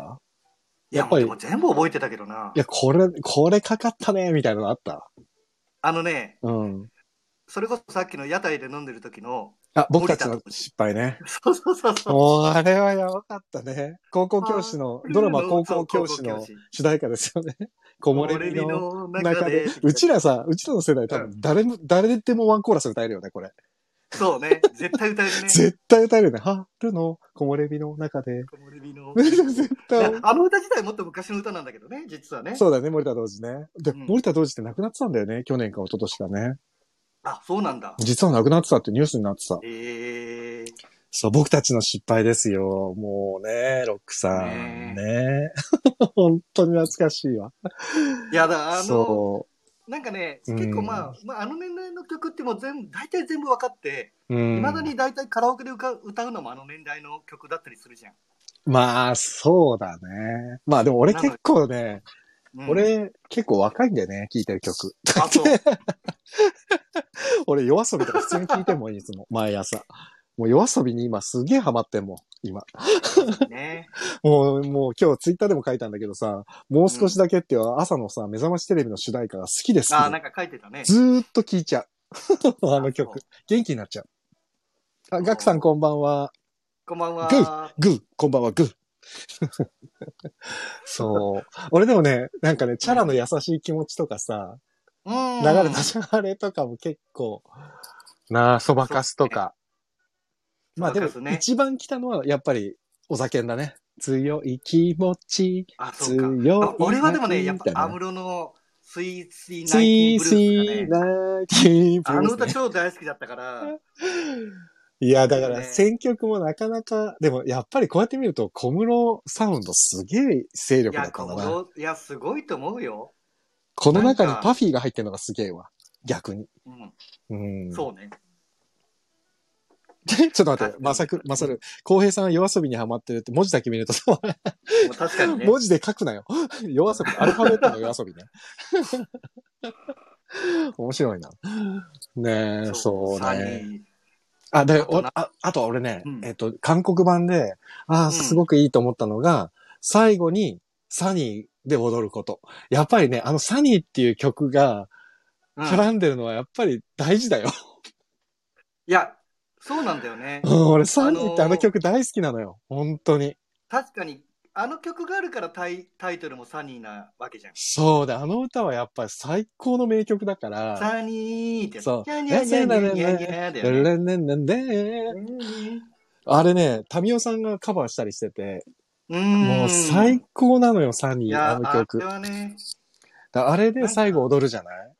B: いや、
A: やっぱり。
B: でも全部覚えてたけどない
A: や、これ、これかかったね、みたいなのあった
B: あのね、
A: うん。
B: それこそさっきの屋台で飲んでる時 の、
A: あ、僕たちの失敗ね。
B: そうそうそうそう。
A: もう、あれはやばかったね。高校教師の、ドラマ高校教師の主題歌ですよ ね。木
B: 漏
A: 漏れ
B: れ日
A: 日の
B: の中
A: 中
B: で
A: で。。うちらさ、うちらの世代多分誰も、誰でもワンコーラス歌えるよね、これ。
B: そうね、絶対歌え るね。
A: 絶対歌えるよね。春の木漏れ日の中 で。
B: 木漏れ 日の
A: 絶
B: いや
A: 対。
B: あの歌自体もっと昔の歌なんだけどね、実はね。
A: そうだね、森田同時ね。で、
B: うん
A: 森田同時って亡くなってたんだよね。去年か一昨年かね。
B: あ、そうなんだ。
A: 実は亡くなってたってニュースになってた。
B: えー、
A: そう、僕たちの失敗ですよ。もうね、ロックさん。
B: ね
A: ね 本当に懐かしいわ。
B: いやだ、あの、
A: そ
B: なんかね、
A: うん
B: 結構まあ、まあ、あの年代の曲ってもう全部、大体全部分かって、
A: う。
B: い
A: うん。
B: まだに大体カラオケで歌う歌うのもあの年代の曲だったりするじゃん。
A: まあ、そうだね。まあでも俺結構ね、
B: うん、
A: 俺結構若いんだよね、聴いてる曲。
B: あ、そう。
A: 俺夜遊びとか普通に聴いてもいい、いつも。毎朝。もう夜遊びに今すげえハマってんもん、今。
B: ね。
A: もう、もう今日ツイッターでも書いたんだけどさ、もう少しだけっては朝のさ、目覚ましテレビの主題歌が好きです。
B: あ、なんか書いてたね。
A: ずーっと聴いちゃう。 あの
B: そ
A: 曲
B: う。
A: 元気になっちゃう。あ、
B: そう
A: ガクさんこんばんは。
B: こんばん
A: グ
B: は。
A: グー、こんばんは、 グー。そう。俺でもね、なんかね、チャラの優しい気持ちとかさ、
B: うん
A: 流れたじゃんあれとかも結構、なあ、そばかすとか。まあでも
B: そうですね、
A: 一番来たのはやっぱりお酒んだね。強い気持ち、
B: あ、そうか。
A: 強い
B: あ。俺はでもね、やっぱ、アム
A: ム
B: ロのスイースイーナ
A: スイ
B: イ
A: ー
B: テ
A: ス
B: ィブルー
A: イ
B: スがね、
A: ナイティ
B: あ
A: ブルー
B: の
A: ス
B: 歌
A: ね。
B: 超大好きだったから、
A: いや、だか
B: いい
A: ら
B: ね
A: 選曲もなかなか、でもやっぱりこうやって見ると小室サウンドすげえ勢
B: い
A: 力だ
B: や、
A: ったん
B: 小
A: だな。
B: 室、いや、すごいと思うよ。
A: この中に
B: なんか
A: パフィーが入ってるのがすげえわ。逆に。
B: うん、
A: うん。
B: そうね。
A: ちょっと待って
B: 確か、に
A: まさく、まさる、浩平さんは夜遊びにハマってるって文字だけ見ると、
B: もう確かにね。
A: 文字で書くなよ。 夜遊び、アルファベットの夜遊びね。 面白いな。ねえ、そう
B: サ
A: ね。
B: ニー
A: あ、で、お
B: あとな
A: ああとは俺ね、
B: うん
A: えっと、韓国版で、あ
B: う
A: あ、
B: ん
A: すごくいいと思ったのが、最後にサニーで踊ること。やっぱりね、あのサニーっていう曲が
B: うん
A: 絡んでるのはやっぱり大事だよ。
B: いや、そうなんだよね
A: う。ん、俺サニーってあ
B: あ
A: の
B: のー
A: 曲大好きなのよ。本当に。
B: 確かに、あの曲があるからタイタイトルもサニーなわけじゃん。
A: そうだ、あの歌はやっぱり最高の名曲だから。
B: サニーってやつ。
A: そう
B: ニャニャニャニャニャニャだ
A: で
B: よね。
A: れんでんでんでんあれね、タミオさんがカバーしたりしてて、も
B: も
A: う最高なのよ、サニー、あの曲。
B: あれはね、
A: だあれで最後踊るじゃない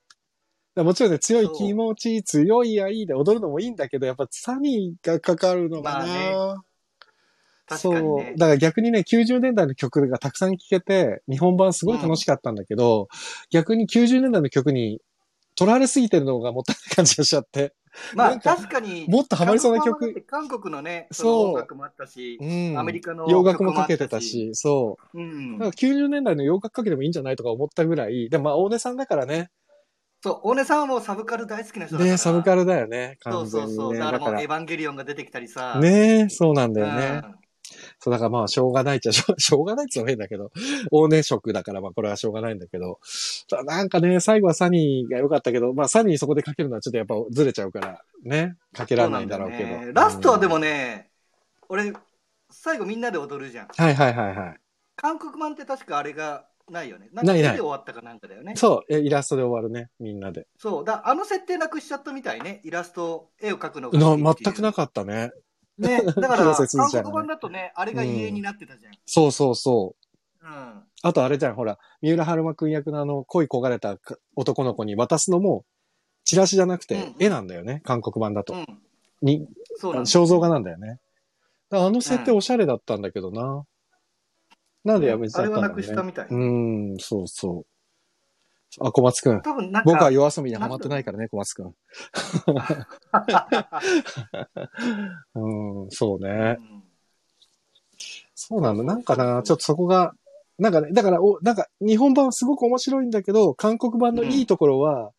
A: だもちろんね、強い
B: そう
A: 気持ち、強い愛で踊るのもいいんだけど、やっぱサニーがかかるのがな、
B: ま確かに
A: そう。
B: ね。
A: だから逆にね、90年代の曲がたくさん聴けて、日本版すごい楽しかったんだけど、逆に90年代の曲に取られすぎてるのがもったいない感じがしちゃって。
B: ま
A: な
B: あ
A: んか
B: 確かに、
A: もっとハマりそうな
B: 韓
A: 曲。
B: 国版はだって韓国のね、そ
A: そう
B: の音楽もあったし
A: う、ん。
B: アメリカの
A: 洋楽も
B: 曲あ
A: か
B: っ
A: けてた。し、そう。
B: うん
A: だから90年代の洋楽かけてもいいんじゃないとか思ったぐらい、でもまあ大根さんだからね、
B: そう、大根さんはもうサブカル大好きな人だから。
A: ね、サブカ
B: ル。
A: ルだよね、
B: そ
A: 完
B: うそ
A: 全
B: う
A: に
B: そう。
A: ね。
B: だか
A: だ
B: らも
A: か
B: う
A: ら
B: エヴ。ァンゲリオンが出てきたりさ。
A: ねえ、そうなん
B: う
A: だ
B: ん。
A: よね。そう、だからまあ、しょうがないっちゃしょう、し ょうがないっつうのも変だけど、往年色だからまあ、これはしょうがないんだけど、ただなんかね、最後はサニーが良かったけど、まあ、サニーそこでかけるのはちょっとやっぱずれちゃうから、ね、かけられないんだろうけ
B: そなん
A: ど。
B: だよねラストはでも
A: ね、
B: ね、俺、最後みんなで踊るじゃん。
A: はいはいはいはい。
B: 韓国版って確かあれがないよね。なんか
A: ない
B: 手
A: ない
B: で終わったかなんかだよね。
A: そう、えイラストで終わるね、みんなで。
B: そう。だあの設定なくしちゃったみたいね。イラスト、絵を描くのが好きってい
A: な
B: う。
A: 全くなかったね。
B: ね。だから、
A: 広瀬すず
B: 韓
A: ちゃんがね
B: 国版だとね、あれが家になってたじゃん。
A: そうそうそう。
B: うん。
A: あとあれじゃん、ほら、三浦春馬くん役のあの、恋焦がれたか男の子に渡すのも、チラシじゃなく
B: う
A: て
B: ん、
A: 絵なんだよね、韓国版だと。
B: うん。
A: に
B: そうなんだ
A: 肖像画なんだよね。だからあの設定
B: うん
A: おしゃれだったんだけどな。なんでやめちゃったんだ
B: あ
A: ろ
B: れはな
A: う、
B: く
A: ね、
B: したみたい。
A: うん、そうそう。あ、小松くん。
B: 多分なんか、
A: 僕は夜遊びにハマってないからね、小松くん。うん、そうね。
B: うん
A: そうなんだ。
B: そうそうそう
A: なんかな、ちょっとそこが、なんかね、だから、お、なんか、日本版はすごく面白いんだけど、韓国版のいいところは、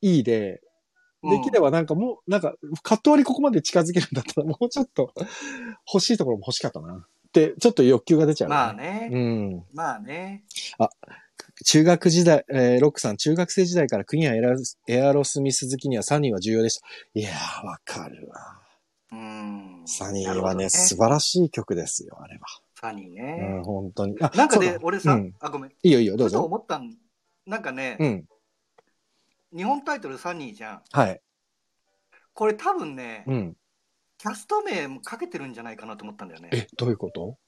A: いいで、できればなんかもう、なんか、カット割りここまで近づけるんだったら、もうちょっと、欲しいところも欲しかったな。って、ちょっと欲求が出ちゃう、
B: まあ。ね。
A: うん。
B: まあね。
A: 中学時代、えーロックさん、中学生時代からクイーンやエラエアロスミス好きにはサニーは重要でした。いやー、わかるわ。
B: うん。
A: サニー
B: なるほ
A: は
B: ど
A: ね、素晴らしい曲ですよ、あれ
B: サニー
A: は。うん、
B: ね。
A: 本当に。あ
B: なんか
A: そう
B: で
A: だ、
B: 俺さ
A: うん、
B: あ、ごめん。
A: いいよいいよ、
B: ち
A: ど
B: ょ
A: う
B: っと
A: ぞ。
B: 思ったん、なんかね
A: う、ん、
B: 日本タイトルサニーじゃん。
A: はい。
B: これ多分ね
A: う、ん。
B: キャスト名もかけてるんじゃないかなと思ったんだよね。
A: え、どういうこと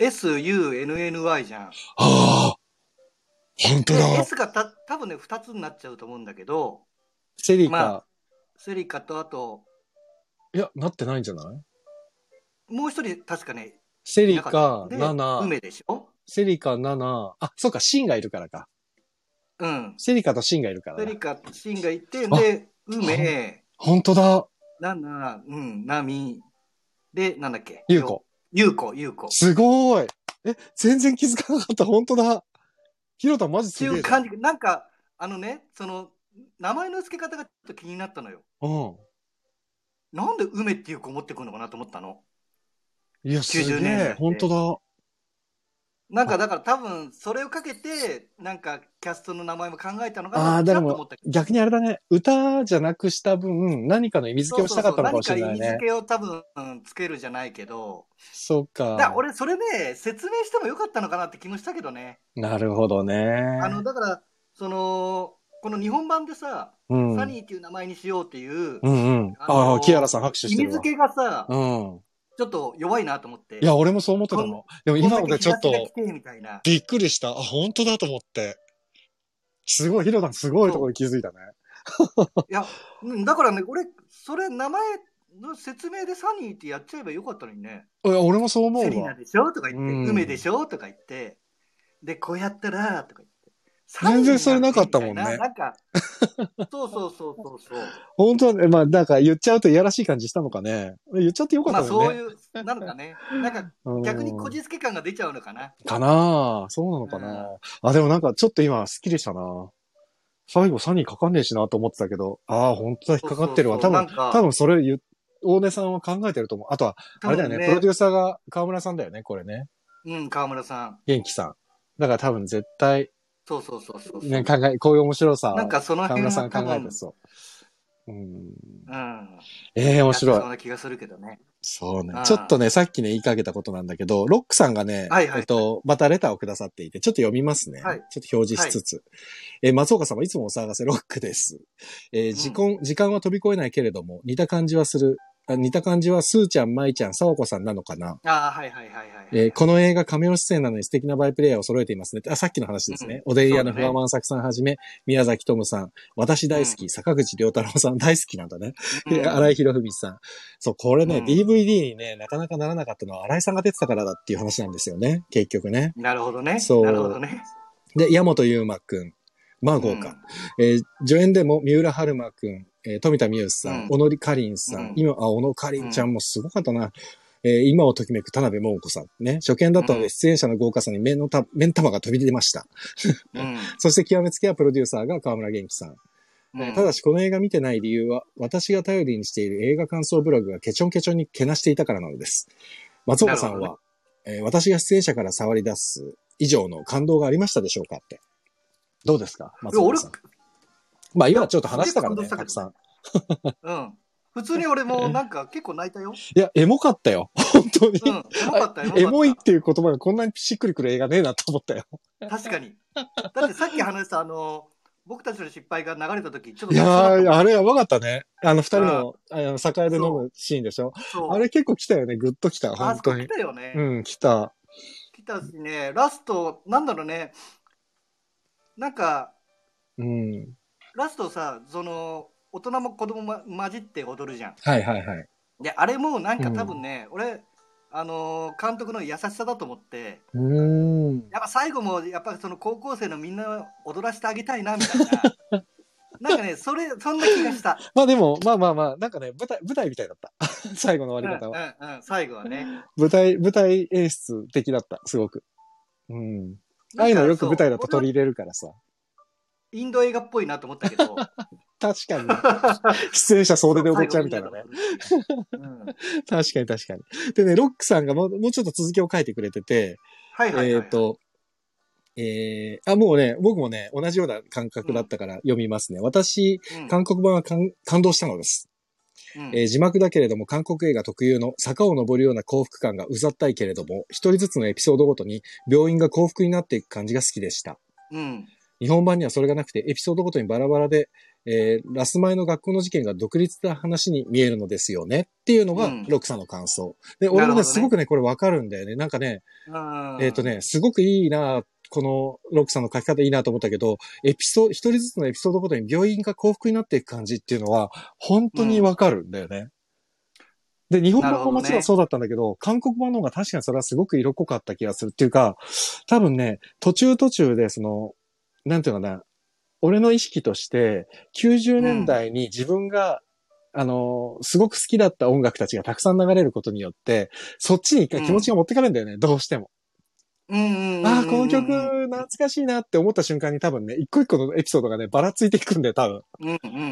B: SUNNY じゃん。
A: ああ本当
B: で
A: だ
B: S がた多分ね、2つになっちゃうと思うんだけど、
A: セリカ、
B: まあセリカとあと、
A: いや、なってないんじゃない
B: もう一人確かね、
A: セリ
B: いなか
A: カ、
B: ったんで
A: ナナ、
B: 梅でしょ
A: セリカ、ナナ、あ、そうか、シンがいるからか。
B: うん。
A: セリカとシンがいるから
B: セ
A: だ
B: リ。カ、シンがいて、で、梅、
A: 本当だ
B: ナナ、うん、ナミ、で、なんだっけ
A: ゆうこ。。
B: ゆうこ、ゆうこ。
A: すごーい。え、全然気づかなかった。本当だ。ひろたんマジ
B: って
A: す
B: い
A: げえ
B: う
A: じゃん。
B: 感じ、なんか、あのね、その、名前の付け方がちょっと気になったのよ。
A: う
B: なんで梅っていう子持ってくるのかなと思ったの。
A: ん。いや、す
B: 90
A: げ
B: 年代
A: え
B: で。
A: 本当だ。
B: なんかだから多分それをかけてなんかキャストの名前も考えたのか
A: あ
B: な
A: あー、
B: ち
A: で
B: ょっと思
A: も
B: ったけど
A: 逆にあれだね。歌じゃなくした分、何かの意味付けをしたかったのかもしれない
B: そうそうそう何か
A: ね
B: 意味付。けを多分、うんつけるじゃないけど
A: そう
B: だから
A: か。
B: 俺それね説明してもよかったのかなって気もしたけどね、
A: なるほどね。
B: あのだからそのこの日本版でさ、
A: うん。
B: サニーっていう名前にしようっていう、
A: うんうん。
B: あの
A: ああ、キアラさん拍手し
B: 意
A: て
B: 味
A: るわ。
B: 付けがさ、
A: うん。
B: ちょっと弱いなと思って
A: いや、俺もそう思ってた
B: こ
A: の。でも今のでちょっ
B: こんだけ
A: と
B: 東が来てみたいな
A: びっくりした。あ、本当だと思って。すごい、ひろたんすごいところに気づいたね。
B: いや、うん、だからね、俺、それ、名前の説明でサニーってやっちゃえばよかったのにね、
A: いや俺もそう思う
B: セ
A: わ。
B: リナでしょとか言って、
A: うん
B: 梅でしょとか言って、で、こうやったら、とか言って。
A: 全然それなかったもんね
B: サニーなんてみたいな なんか、そうそうそうそうそう。
A: 本当はね、まあ、なんか言っちゃうといやらしい感じしたのかね。言っちゃってよかっ
B: ま
A: た
B: あ、そ
A: も
B: うんい
A: ね。
B: う、なのかね。なんか、逆にこ
A: じ
B: じつけ感が出ちゃうのかな。
A: かなあそうなのかな、あ、でもなんかちょっと今、スッキリしたな最後サニーかかんねえしなと思ってたけど、ああ、本当だ、引っかかってるわ。
B: そうそうそう
A: 多
B: なんか
A: 分、多分それ言う、大根さんは考えてると思う。あとは、あれだよね、プロデュ
B: ュ
A: ーサーが河村さんだよね、これね。
B: うん、川村さん。
A: 元気さん。だから多分絶対、
B: そうそうそうそう。
A: ね、考え、こういう面白さを
B: なんかその
A: 河
B: 辺
A: 村
B: は
A: さん
B: 多
A: が考えて
B: 分、
A: そう。うん。
B: うん。
A: ええ面白
B: や
A: い
B: ってそ。うな気がするけどね。
A: そうね
B: うん。
A: ちょっとね、さっきね、言いかけたことなんだけど、ロックさんがね、
B: はいはい
A: えっと、またレターをくださっていて、ちょっと読みますね。
B: はい
A: ちょっと表示しつつ。えー松岡様、いつもお騒がせロックです。えー時間、時間は飛び越えないけれども、似た感じはする。あ似た感じは、すーちゃん、まいちゃん、さわこさんなのかな。
B: ああ、はいはいはいはい。
A: えーこの映画、カメオ出演なのに素敵なバイプレイヤーを揃えていますね。あ、さっきの話ですね。
B: うん
A: オデリア
B: そ
A: の
B: うだ
A: フ
B: ね
A: ワマン作さんはじめ、宮崎智さん、私大好き、坂口良太郎さん大好きなんだね。
B: うん
A: で荒井博文さん。そう、これね、
B: うん
A: DVD にね、なかなかならなかったのは荒井さんが出てたからだっていう話なんですよね、結局ね。
B: なるほどね。
A: そう
B: なるほどね。
A: で、山本優馬くん、マーゴーか。えー助演でも三浦春馬くん、えー富田美由さん、
B: うん
A: 小野かりんさん、
B: うん
A: 今、あ、小野かりんちゃんもすごかったな。えー今をときめく田辺桃子さん。ね、初見だったの
B: う
A: で
B: ん
A: 出演者の豪華さに目のた、目ん玉が飛び出ました。
B: うん。
A: そして極めつけはプロデューサーが河村元気さん。
B: うん
A: ただしこの映画見てない理由は、私が頼りにしている映画感想ブログがケチョンケチョンにけなしていたからなのです。松岡さん
B: なる
A: は、えー私が出演者から触り出す以上の感動がありましたでしょうかって。どうですか松岡
B: 俺、
A: さん。まあ今ちょっと話したから
B: い
A: ね、
B: や感
A: た
B: 動
A: くさん。
B: うん。普通に俺もなんか結構泣いたよ。
A: いや、エモかったよ。 本当に。
B: うん。エモかった、エモかった。
A: エモいっていう言葉がこんなにしっくりくる映画ねえなと思 ったよ。
B: 確かに。だってさっき話したあの、僕たちの失敗が流れた時、ちょっと
A: い
B: 泣きそう
A: や
B: だった
A: ー、あれやばかったね。あの、二人の、あの、酒屋で飲むシーンでしょ。
B: そう
A: あれ結構来たよね。ぐっと来た。
B: あ
A: 本
B: そ
A: 当
B: こ
A: に
B: 来。たよね。
A: うん、来た。
B: 来たしね、ラスト、なんだろうね、なんか、
A: うん。
B: ラストさ、その、大人も子供も混じって踊るじゃん。
A: はいはいはい。
B: で、あれもなんか
A: うん
B: 多分ね、俺、あのー監督の優しさだと思って、
A: うーん。
B: やっぱ最後も、やっぱその高校生のみんなを踊らせてあげたいな、みたい な。なんかね、それ、そんな気がした。
A: まあでも、まあまあまあ、なんかね、舞台、舞台みたいだった。 最後の終わり方は。
B: うんうんうん、最後はね。
A: 舞台、舞台演出的だった、すごく。うん。ああいうのよく舞台だと取り
B: り。
A: 入れるからさ。
B: 俺はインド映画っぽいなと思った けど。
A: 確 かにね。出演者総出で踊っちゃうみたいなね。
B: うん。
A: 確かに確かに。でね、ロックさんがもうもうちょっと続きを書いてくれてて、
B: はいはいはい、
A: えっ、と、えー、あ、もうね、僕もね、同じような感覚だったから読みますね。私、
B: うん、
A: 韓国版は感感動したのです。
B: うん
A: えー字幕だけれども韓国映画特有の坂を登るような幸福感がうざったいけれども、一人ずつのエピソードごとに病院が幸福になっていく感じが好きでした。
B: うん。
A: 日本版にはそれがなくて、エピソードごとにバラバラで、えーラス前の学校の事件が独立した話に見えるのですよね。っていうのが
B: うん、
A: ロックさんの感想。で、俺
B: な
A: も
B: るほど
A: ね、
B: ね
A: すごくね、これわかるんだよね。なんかね、
B: うん
A: えっ、と。ね、すごくいいなこのロックさんの書き方いいなと思ったけど、エピソード、一人ずつのエピソードごとに病院が幸福になっていく感じっていうのは、本当にわかるんだよね。で、日本
B: なる
A: 版
B: ほ
A: もも
B: どね
A: ちろんそうだったんだけど、韓国版の方が確かにそれはすごく色濃かった気がするっていうか、多分ね、途中途中でその、なんていうのかな、俺の意識として、90年代に自分が、あの、すごく好きだった音楽たちがたくさん流れることによって、そっちに一回気持ちが持ってかれるんだよね、どうしても。
B: うんうんうんうん。
A: ああ、この曲、懐かしいなって思った瞬間に多分ね、一個一個のエピソードがね、ばらついていくんだよ、多分。
B: うんうんうん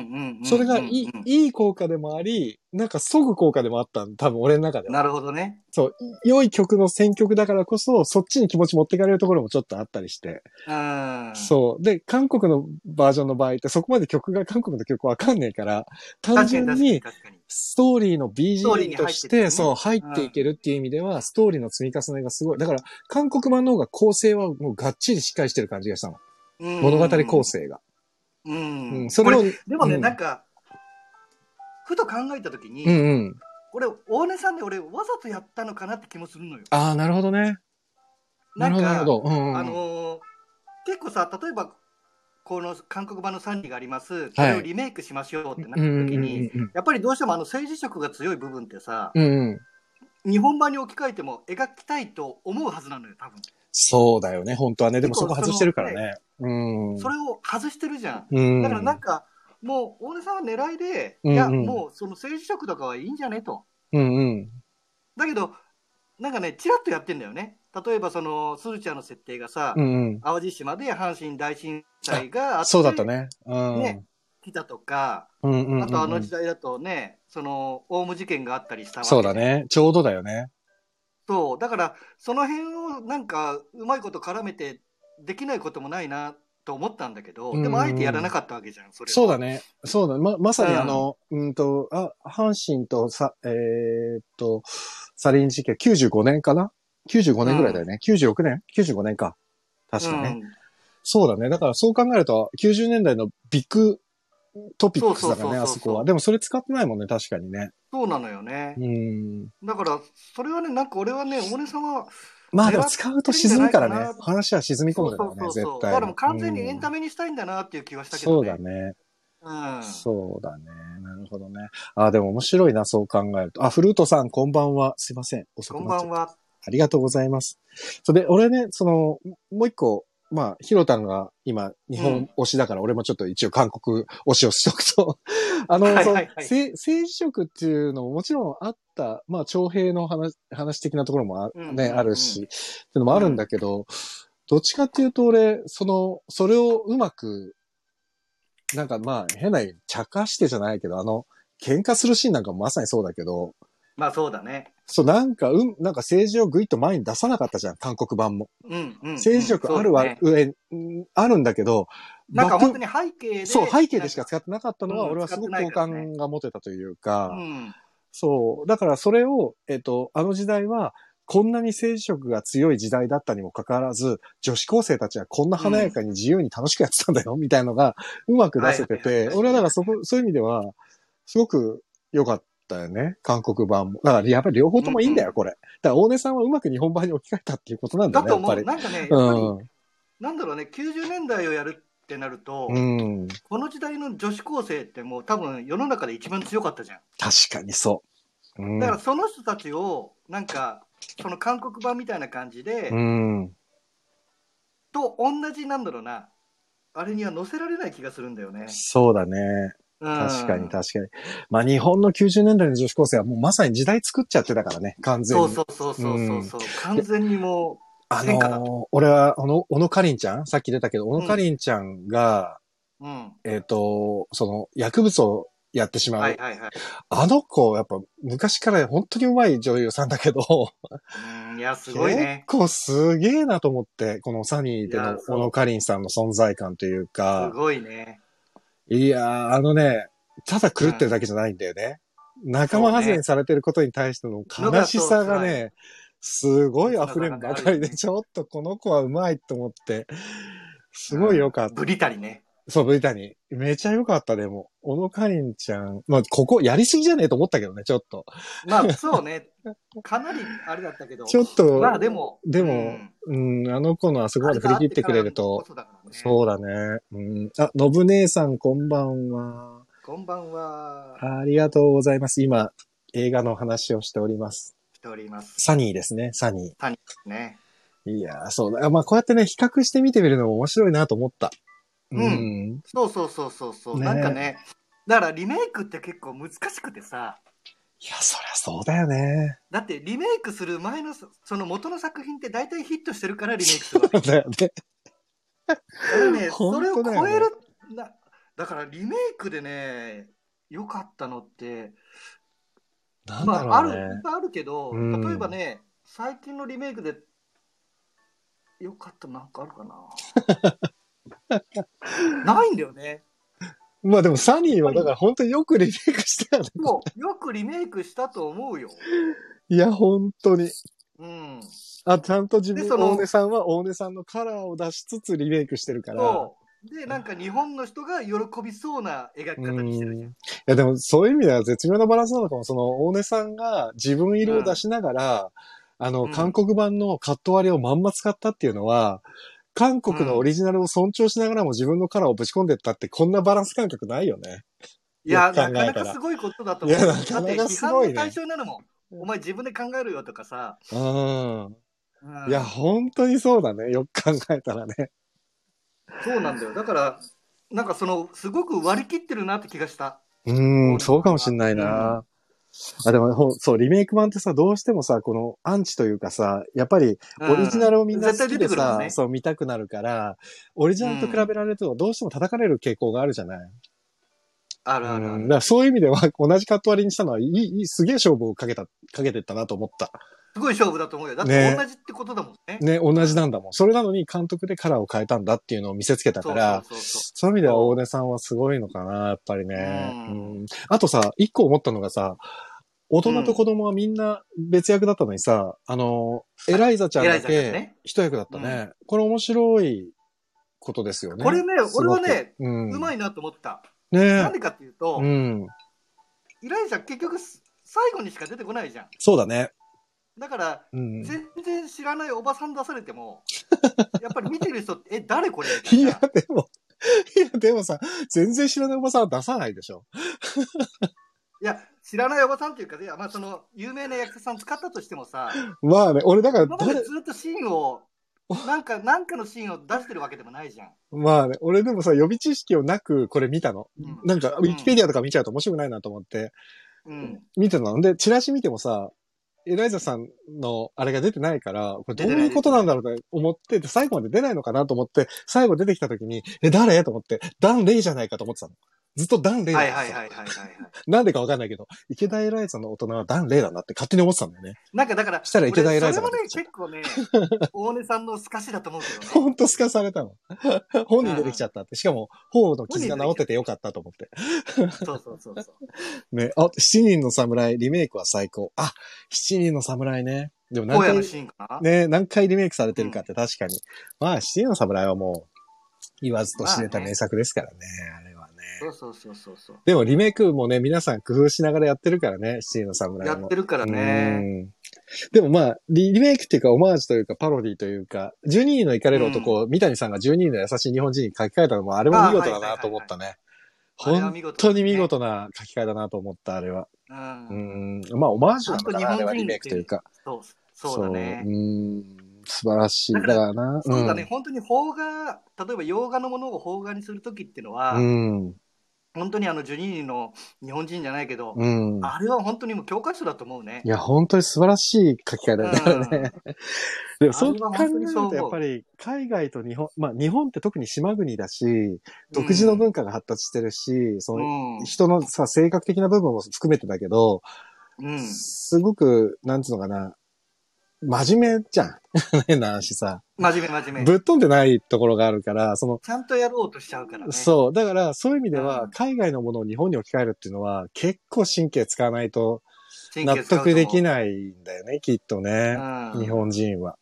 B: うん。
A: それがいい、いい効果でもあり、なんかそぐ効果でもあったん多分俺の中では。
B: なるほどね。
A: そう、良い曲の選曲だからこそ、そっちに気持ち持っていかれるところもちょっとあったりして。
B: うん。
A: そう。で、韓国のバージョンの場合ってそこまで曲が韓国の曲わかんねえから、単純に
B: 確かに。
A: ストーリーの
B: ストーリ
A: BGM
B: ーに入ってる
A: として、
B: ね
A: そう、入っていけるっていう意味では、ストーリーの積み重ねがすごい。だから、韓国版の方が構成はもうがっちりしっかりしてる感じがしたの。物語構。成が。
B: う。
A: うんん、それを、
B: こ
A: う
B: れ
A: ん
B: でもね、
A: うん
B: なんか、ふと考えたときに、
A: うん。
B: 俺、大根さんで俺、わざとやったのかなって気もするのよ。
A: ああ、なるほどね。なる
B: ん
A: ほど、なるほ
B: か
A: ど。うんうん。
B: あのー結構さ、例えば、この韓国版の3時があります、それをリメイクしましょうってなった
A: うんうん
B: とき
A: うん
B: に、やっぱりどうしてもあの政治色が強い部分ってさ、
A: うんうん。
B: 日本版に置き換えても描きたいと思うはずなのよ、多分。
A: そうだよね、本当はね。でも
B: 結
A: そ
B: 構
A: こ外してるからね。うん。
B: それを外してるじゃん。
A: うん。
B: だからなんか、もう大根さんは狙いで、
A: うんうん
B: いや、もうその政治色とかはいいんじゃねと。
A: うんうん。
B: だけど、なんかね、ちらっとやってんだよね。例えばその、スルちゃんの設定がさ、
A: うんうん。
B: 淡路島で阪神大震災があって
A: そうだったね。うん。
B: ね来たとか、
A: うんうんうんうん
B: あとあの時代だとね、その、オウム事件があったりしたわけ
A: そうだ。ね。ちょうどだよね。
B: そう、だから、その辺をなんか、うまいこと絡めて、できないこともないなと思ったんだけど、で
A: うんうん
B: もあえてやらなかったわけじゃん、それは
A: そうだね。そうだ。ま、まさに
B: うん
A: あの、うん、と、あ、阪神とさ、えーっと、サリン事件、95年かな ?95 年ぐらいだよね。96年 ?95 年か。確かね、
B: うん
A: そうだね。だからそう考えると、90年代のビッグトピックスだか
B: そうそうそ
A: ら
B: うそ
A: ね、
B: う
A: あそこは。でもそれ使ってないもんね、確かにね。
B: そうなのよね
A: う。ん。
B: だから、それはね、なんか俺はね、大根さんは、
A: まあでも使うと沈むから
B: 狙ってんじゃない
A: ね
B: か。な
A: 話は沈み込むから
B: そ
A: ね、
B: うそうそうそ
A: 絶
B: うだ
A: 対。
B: からもう完全にエンタ
A: メ
B: メにしたいんだなっていう気はしたけ
A: そ
B: ど
A: う
B: ね。
A: だね。
B: うん。
A: そうだね。なるほどね。あ、でも面白いな、そう考えると。あ、フルートさん、こんばんは。すいません。遅
B: こ
A: く
B: ん
A: なっ
B: ば
A: ちゃ
B: ん
A: った。
B: は。
A: ありがとうございます。それで、俺ね、その、もう一個、まあ、ヒロタンが今、日本推しだから、俺もちょっと一応韓国推しをしとくと。 あの、
B: はい
A: その
B: はいはい
A: せ政治色っていうのももちろんあった、まあ、徴兵の話、話的なところもあ,、
B: うん
A: ね
B: うん
A: あるし、っていうのもあるんだけど、どっちかっていうと俺、その、それをうまく、なんかまあ、変な、茶化してじゃないけど、あの、喧嘩するシーンなんかもまさにそうだけど、
B: まあそうだね。
A: そう、なんか、うん、なんか政治をぐいっと前に出さなかったじゃん、韓国版も。
B: うんうん。
A: 政治力ある
B: わ
A: は、上、うんあるんだけど、
B: なんか
A: バッ
B: 本
A: ク
B: 当に背景で。
A: そう、背景でしか使ってなかったのは、
B: うん
A: 俺はすごく
B: 使ってな
A: 好
B: いからね
A: 感が持てたというか、
B: うん。
A: そう、だからそれを、えっ、と、あの時代は、こんなに政治色が強い時代だったにもかかわらず、女子高生たちはこんな華やかに自由に楽しくやってたんだよ、 みたいのがうまく出せて
B: はいはい
A: て、
B: はい
A: 俺はだからそこ、そういう意味では、すごく良かったよね、韓国版も。だからやっぱり両方ともいいんだよ、
B: うんう
A: これ。だから大根さんはうまく日本版に置き換えたっていうことなんだ
B: だ
A: よね、
B: と
A: やっぱ
B: 思う。
A: り。
B: なんかね、やっぱり、
A: う
B: なんだろうね、90年代をやるってなると、
A: ん。うん。
B: この時代の女子高生ってもう多分世の中で一番強かったじゃん。
A: 確かにそう。うん
B: だからその人たちを、なんか、その韓国版みたいな感じで、
A: うん。
B: と同じなんだろうな、あれには載せられない気がするんだよね。
A: そうだね。確
B: 確
A: かに確かに。まあ日本の90年代の女子高生はもうまさに時代作っちゃってたからね、完全に。
B: そうそうそうそうそうそう、完全にも
A: あ
B: 変化だ
A: のー俺は、あの、小野かりんちゃんさっき出たけど、小野かりんちゃんが、
B: う、うん、
A: えっ、と、その、薬物をやってしまう。
B: はいはいはい、
A: あの子、やっぱ昔から本当にうまい女優さんだけど、
B: うん、いやすごいね、
A: 結構すげえなと思って、このサニーで
B: い
A: の
B: やそう
A: 小野かりんさんの存在感という
B: す
A: か、
B: ごいね、
A: いやー、あのね、ただ狂ってるだけじゃないんだよね。仲間外れにされてることに対しての悲しさがね、すごい溢れんばかりで、ちょっとこの子はうまいと思って、すごい良かった
B: ブ。リタリね、
A: そう、ブリタニー。めちゃ良かった、でも。小野かりんちゃん。まあ、ここ、やりすぎじゃねえと思ったけどね、ちょっと。
B: ま あそうね、かなりあれだったけど、
A: ちょっと、
B: まあでも、
A: でも
B: うん
A: うん、あの子のあそこまで振り切ってくれると、、
B: あがあってからこそだからね、
A: そうだね。うん。あ、のぶ姉さん、こんばんは。
B: こんばんは、
A: ありがとうございます。今、映画の話をしております。
B: しております
A: サニーですね、サニ
B: ね、
A: ー。いやー、そうだ。まあ、こうやってね、比較してみてみるのも面白いなと思った。
B: うん
A: ん。
B: そうそうそうそうそう、
A: ね
B: なんかね、だからリメイクって結構難しくてさ。
A: いや、そりゃそうだよね。
B: だってリメイクする前のそその元の作品って大体ヒットしてるからリメイクするわけ
A: だよね。
B: だからね、そ
A: 本
B: れ
A: 当
B: を
A: だよ
B: 超
A: ね
B: えるな、だからリメイクでね、良かったのって、
A: なん
B: ま
A: だ
B: あ、あ
A: ろ
B: る、
A: うね。
B: いっぱいあるけど、
A: うん
B: 例えばね、最近のリメイクで、良かったのなんかあるか なないんだよね。
A: まあでもサニーはだから本当によくリメイクしたよね。
B: もう、よくリメイクしたと思うよ。
A: いや、本当に。
B: うん。
A: あ、ちゃんと自分、
B: でその
A: 大根さんは大根さんのカラーを出しつつリメイクしてるから。
B: そう。で、なんか日本の人が喜びそうな描き方にしてるじゃん
A: い。や、でもそういう意味では絶妙なバランスなのかも。その、大根さんが自分色を出しながら、あの、
B: うん
A: 韓国版のカット割りをまんま使ったっていうのは、韓国のオリジナルを尊重しながらも自分のカラーをぶち込んでったってこんなバランス感覚ないよね。
B: いや、
A: よく考
B: な
A: えたら
B: かなかすごいことだと思う。
A: いやなか
B: だっ
A: な
B: て
A: か
B: 批
A: す
B: 判
A: ごいね
B: の対象になるもん。お前自分で考えるよとかさ。
A: うん。
B: うん
A: いや、本当にそうだね。よく考えたらね。
B: そうなんだよ。だから、なんかその、すごく割り切ってるなって気がした。
A: うん、そうかもしんないな。あ、でもほん、そう、リメイク版ってさ、どうしてもさ、このアンチというかさ、やっぱり、オリジナルをみんな好きでさ、
B: うん絶対出てくるもんね
A: そう、見たくなるから、オリジナルと比べられると、どうしても叩かれる傾向があるじゃない。
B: あ
A: う
B: るあるあ
A: ん、
B: る。
A: だからそういう意味では、同じカット割りにしたのは、いい、いいすげえ勝負をかけた、かけてったなと思った。
B: すごい勝負だと思うよ。だっ
A: ね
B: て同じってことだもんね。
A: ね、同じなんだもん。それなのに監督でカラーを変えたんだっていうのを見せつけた
B: そ
A: か
B: う
A: ら、
B: そうそうそう。
A: そういう意味では大根さんはすごいのかな、やっぱりね。う
B: うん
A: あとさ、一個思ったのがさ、大人と子供はみんな別役だったのにさ、あの、エライザちゃん
B: エラ
A: だ
B: イザちゃん
A: け
B: ね
A: 一役だったね。これ面白いことですよね。
B: これね
A: すごく
B: 俺はね、
A: うん、
B: うま
A: い。
B: いなと思った。な
A: ね
B: んでかっていうと
A: う、ん。
B: 依頼者結局す最後にしか出てこないじゃん。
A: そうだね。
B: だから、
A: うん。
B: 全然知らないおばさん出され ても、やっぱり見てる人って、え、誰これみた
A: い
B: いな
A: や、でも、いや、でもさ、全然知らないおばさんは出さないでしょ。
B: いや、知らないおばさんっていうか、いやまあ、その、有名な役者さん使ったとしても さ、
A: まあね、俺だから、
B: 今までずっとシーンを、なんか、なんかのシーンを出してるわけでもないじゃん。
A: まあね、俺でもさ、予備知識をなくこれ見たの。
B: うん
A: なんか、ウィキペディアとか見ちゃうと面白くないなと思って、
B: うん。
A: 見てたの。で、チラシ見てもさ、エライザさんのあれが出てないから、これどういうことなんだろうって思って、で最後まで出ないのかなと思って、最後出てきた時に、え、誰と思って、ダン・レイじゃないかと思ってたの。ずっとダン・レイだ
B: は
A: っ
B: い
A: た
B: はい
A: の
B: はいはいはいはい。
A: なんでかわかんないけど、池田エライザの大人はダン・レイなんだって勝手に思ってたんだよね。
B: なんかだから、
A: したら池田エライ
B: 俺
A: ザ
B: そ
A: が出
B: れも
A: て、
B: ね
A: きちゃっ
B: 結 構ね、大根さんの透かしだと思うけどね。
A: ほんと透かされたの。本に出てきちゃったって。しかも、頬の傷が治っててよかったと思って。
B: そうそうそうそう。
A: ね、あ、七人の侍、リメイクは最高。あ、七人の侍ね。でも何
B: 荒野
A: 回
B: の、シーンかな、
A: ね、何回リメイクされてるかって確かに。まあ、七人の侍はもう、言わずと知れた名作ですからね、あれはね。
B: そうそうそうそうそう。
A: でもリメイクもね、皆さん工夫しながらやってるからね、七人の侍
B: や
A: も。
B: ってるからね。
A: うん。でもまあリ、リメイクっていうか、オマージュというか、パロディというか、12人のイカれる男を、三谷さんが12人の優しい日本人に書き換えたのも、あれも見事だなと思ったね。
B: あはいはいはいはいあれは
A: 本
B: 見事ですね
A: 当に見事な書き換えだなと思った、あれは。
B: う。
A: うんん。まあ、オマージュなのか
B: ち
A: な、
B: ゃ
A: あ
B: んと日本人
A: れはリメイクというか。
B: そう、そうだね
A: そう。うん。素晴らしい。だからな。
B: そうだね、本当に邦画、例えば洋画のものを邦画にするときってのは、
A: うん。
B: 本当にあのジュニーの日本人じゃないけど、
A: うん。うん。
B: あれは本当にもう教科書だと思うね
A: い。や、本当に素晴らしい書き換えだったよね。 でもそう考える
B: あれは本当にそう思
A: と
B: う
A: やっぱり海外と日本、まあ日本って特に島国だし、独自の文化が発達してるし、その
B: うんうん
A: 人のさ、性格的な部分も含めてだけど、
B: うん
A: すごく、なんつうのかな、真面目じゃん。 変な話さ。
B: 真面目真面目。
A: ぶっ飛んでないところがあるから、その、
B: ちゃんとやろうとしちゃうからね。
A: そう。だから、そういう意味で
B: う
A: は
B: ん、
A: 海外のものを日本に置き換えるっていうのは、結構神経使わないと
B: 神
A: 納
B: 経使うと思う
A: 得できないんだよね、きっとね。
B: うん
A: 日本人は。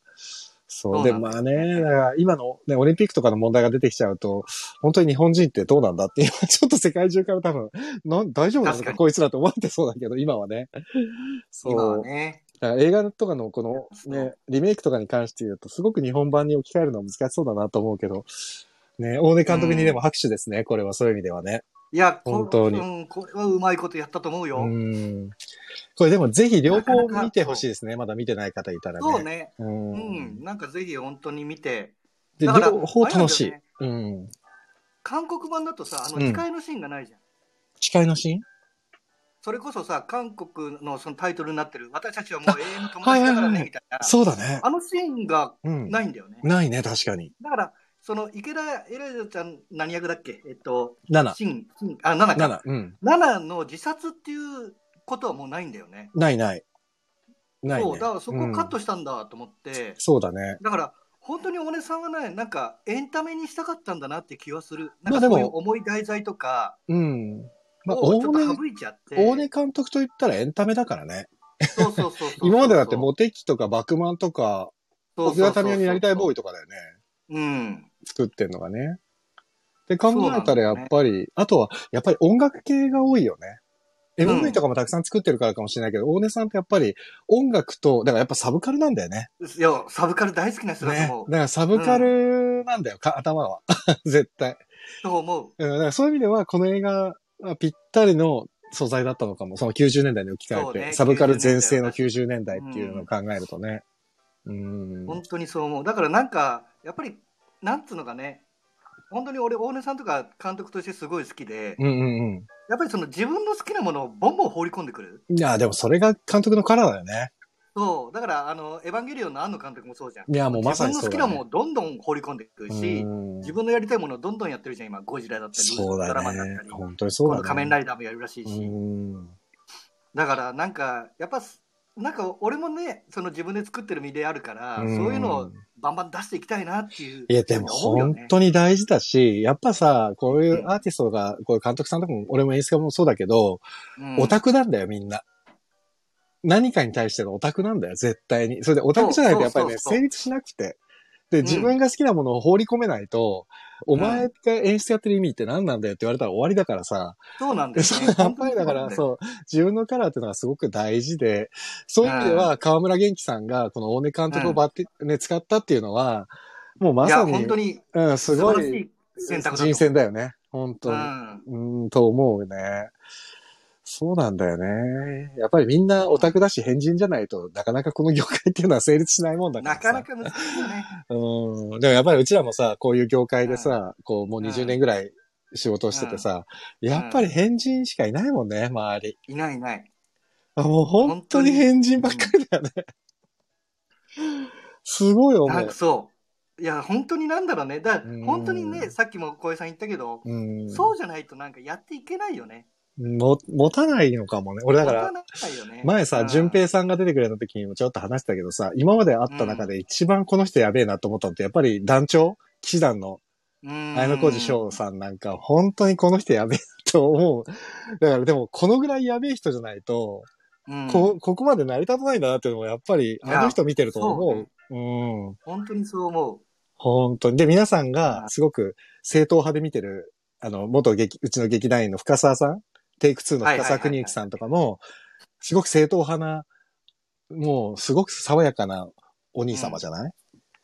A: そう。
B: そう
A: で、
B: なんだ
A: まあ
B: よ
A: ね、だから今の、ね、オリンピックとかの問題が出てきちゃうと、本当に日本人ってどうなんだって、今 ちょっと世界中から多分、なん大丈夫なの
B: 確
A: か
B: かに
A: こいつらって思われてそうだけど、今はね。そう。
B: 今はね。
A: だから映画とかのこの
B: そう
A: ね、リメイクとかに関して言うと、すごく日本版に置き換えるのは難しそうだなと思うけど、ね、大根監督にでも拍手ですね、これはそういう意味ではね。
B: いや、こ
A: 本当に
B: うんこれはうまいことやったと思うよ。
A: うん。これでもぜひ両方
B: なかなか
A: 見てほしいですね、まだ見てない方いたらね。
B: そうね。
A: う。
B: うんん。なんかぜひ本当に見て。
A: で、
B: だから
A: 両方楽しい
B: あれ。
A: うん。
B: 韓国版だとさ、あの、
A: うん
B: 誓いのシーンがないじゃん。
A: 誓いのシーン
B: それこそさ、韓国のそのタイトルになってる、私たちはもう永遠の友達
A: あはい
B: だ
A: は
B: か
A: いは
B: ら
A: い
B: ね、みたいな。
A: そうだね。
B: あのシーンが
A: うん。
B: ないんだよね。
A: ないね、確かに。
B: だから、その池田エライザちゃん、何役だっけえっと、
A: 7。
B: シン、シンあ、ナナか。
A: 7。うん。
B: ナナの自殺っていうことはもうないんだよね。
A: ないない。ない、ね。
B: そう、だからそこをカッ
A: うん
B: トしたんだと思って、
A: そうだね。
B: だから、本当にお姉さんはね、なんかエンタメにしたかったんだなって気はする。
A: ま
B: な
A: あ
B: んかそうい
A: で
B: う
A: も
B: 重い題材とか
A: うん。まあ、
B: をちょっ
A: 大
B: と
A: 根、
B: 省いちゃって。
A: 大根監督と言ったらエンタメだからね。
B: そうそうそうそうそう
A: 今までだってモテキとかバクマンとか、
B: そう
A: 奥
B: そうそう
A: 田民生になりたいボーイとかだよね。
B: うん。
A: 作ってんのがね。で、考えたらや
B: そうなんだよ
A: っ
B: ね
A: ぱり、あとは、やっぱり音楽系が多いよね。
B: うん
A: MV とかもたくさん作ってるからかもしれないけど、大根さんってやっぱり音楽と、だからやっぱサブカルなんだよね。
B: いや、サブカル大好きな人だ
A: ね。だ
B: と思う。
A: からサブカルなんだよ、か頭は。 絶対。
B: と思う。
A: うん、だからそういう意味では、この映画はぴったりの素材だったのかも。その90年代に置き換え
B: そう
A: て、
B: ね
A: サブカル全盛の90
B: 90
A: 年代っていうのを考えるとね。うん。
B: 本当にそう思う。だからなんか、やっぱり、なんつうのかね、本当に俺、大根さんとか監督としてすごい好きで、
A: うんうんうん。
B: やっぱりその自分の好きなものをボンボン放り込んでくる。
A: いや、でもそれが監督のカラーだよね。
B: そう。だから、あの、エヴァンゲリオンの安野監督もそうじゃん。
A: いや、もうま
B: 自
A: さ
B: 分
A: に
B: の
A: そ
B: 好
A: う
B: き
A: だ、
B: な
A: ね。
B: ものをどんどん放り込んでくるし、
A: うん
B: 自分のやりたいものをどんどんやってるじゃん、今。ゴジラだったり、
A: そうだ
B: ドラマだっ
A: ね
B: た。り、
A: 本当にそう
B: 今
A: だ
B: 度
A: ね。
B: 仮面ライダーもやるらしいし。
A: うん。
B: だから、なんか、やっぱ、なんか俺もね、その自分で作ってる身であるから、
A: ん
B: そういうのをバンバン出していきたいなっていう。
A: いや、でも
B: 思うよ
A: 本
B: ね
A: 当に大事だし、やっぱさ、こういううんアーティストが、こういう監督さんとかも、俺も演出家もそうだけど、オタクなんだよ、みんな。何かに対してのオタクなんだよ、絶対に。それでオタクじゃないとやっぱりね、
B: そうそうそう
A: 成立しなくて。で、
B: ん
A: 自分が好きなものを放り込めないと、お前が演出やってる意味って何なんだよって言われたら終わりだからさ。
B: そうなんで す
A: そう
B: ね。
A: やっぱりだから、
B: う。
A: そう、自分のカラーっていうのはすごく大事で、そういう意味では、河村元気さんが、この大根監督をバッテ、ね、使ったっていうのは、もうま
B: い
A: さ
B: や、
A: に、
B: 本当に
A: うん、す
B: 素
A: ご
B: 晴らし
A: い
B: い選択だと思う
A: 人選だよね。本当
B: う
A: に。
B: ん。
A: うん、と思うね。そうなんだよね。やっぱりみんなオタクだし変人じゃないとなかなかこの業界っていうのは成立しないもんだから
B: な
A: さ。
B: かなか難しいよね。
A: うん。でもやっぱりうちらもさ、こういう業界でさ、こうもう20年ぐらい仕事をしててさ、やっぱり変人しかいないもんね、周り。
B: いないいない。
A: あもう本当に変人ばっかりだよね。すごい思
B: なん
A: う
B: か。そう。いや、本当になんだろうね。だ
A: うん
B: 本当にね、さっきも小江さん言ったけど、
A: うん。
B: そうじゃないとなんかやっていけないよね。
A: も、持たないのかもね。俺だから、
B: 持たないよね
A: 前さ、淳。平さんが出てくれた時にもちょっと話したけどさ、今まで会った中で一番この人やべえなと思ったのって、やっぱり団長騎士団の
B: うん
A: 綾小路翔さんなんか、本当にこの人やべえなと思う。だからでも、このぐらいやべえ人じゃないと、
B: うん
A: こ、ここまで成り立たないんだなっていうのも、やっぱり、
B: いや
A: あの人見てると
B: そう
A: 思
B: ね
A: う。うん。
B: 本当にそう思う。
A: 本当に。で、皆さん
B: う
A: が
B: ん
A: すごく正統派で見てる、あの、元劇、うちの劇団員の深沢さん、テイク2の
B: はいは
A: 深
B: いは
A: 沢
B: いはい
A: 邦之さんとかも、すごく正統派な、もうすごく爽やかなお兄様じゃない、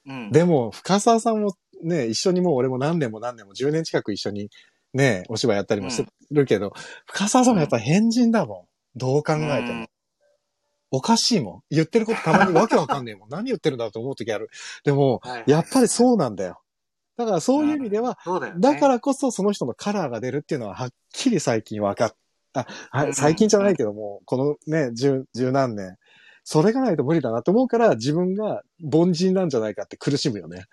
B: うん、
A: でも、深沢さんもね、一緒にもう俺も何年も何年も10年近く一緒にね、お芝居やったりもしてるけど、深沢さんもやっぱ変人だもん。どう考えても。
B: うん
A: おかしいもん。言ってることたまにわけわかんねえもん。何言ってるんだと思う時ある。でも、
B: はい
A: やっぱりそうなんだよ。だからそういう意味では、
B: そうだよね。
A: だからこそその人のカラーが出るっていうのははっきり最近分かっ、あ、
B: う
A: は
B: ん
A: 最近じゃないけども、このね、十、十何年。それがないと無理だなと思うから自分が凡人なんじゃないかって苦しむよね。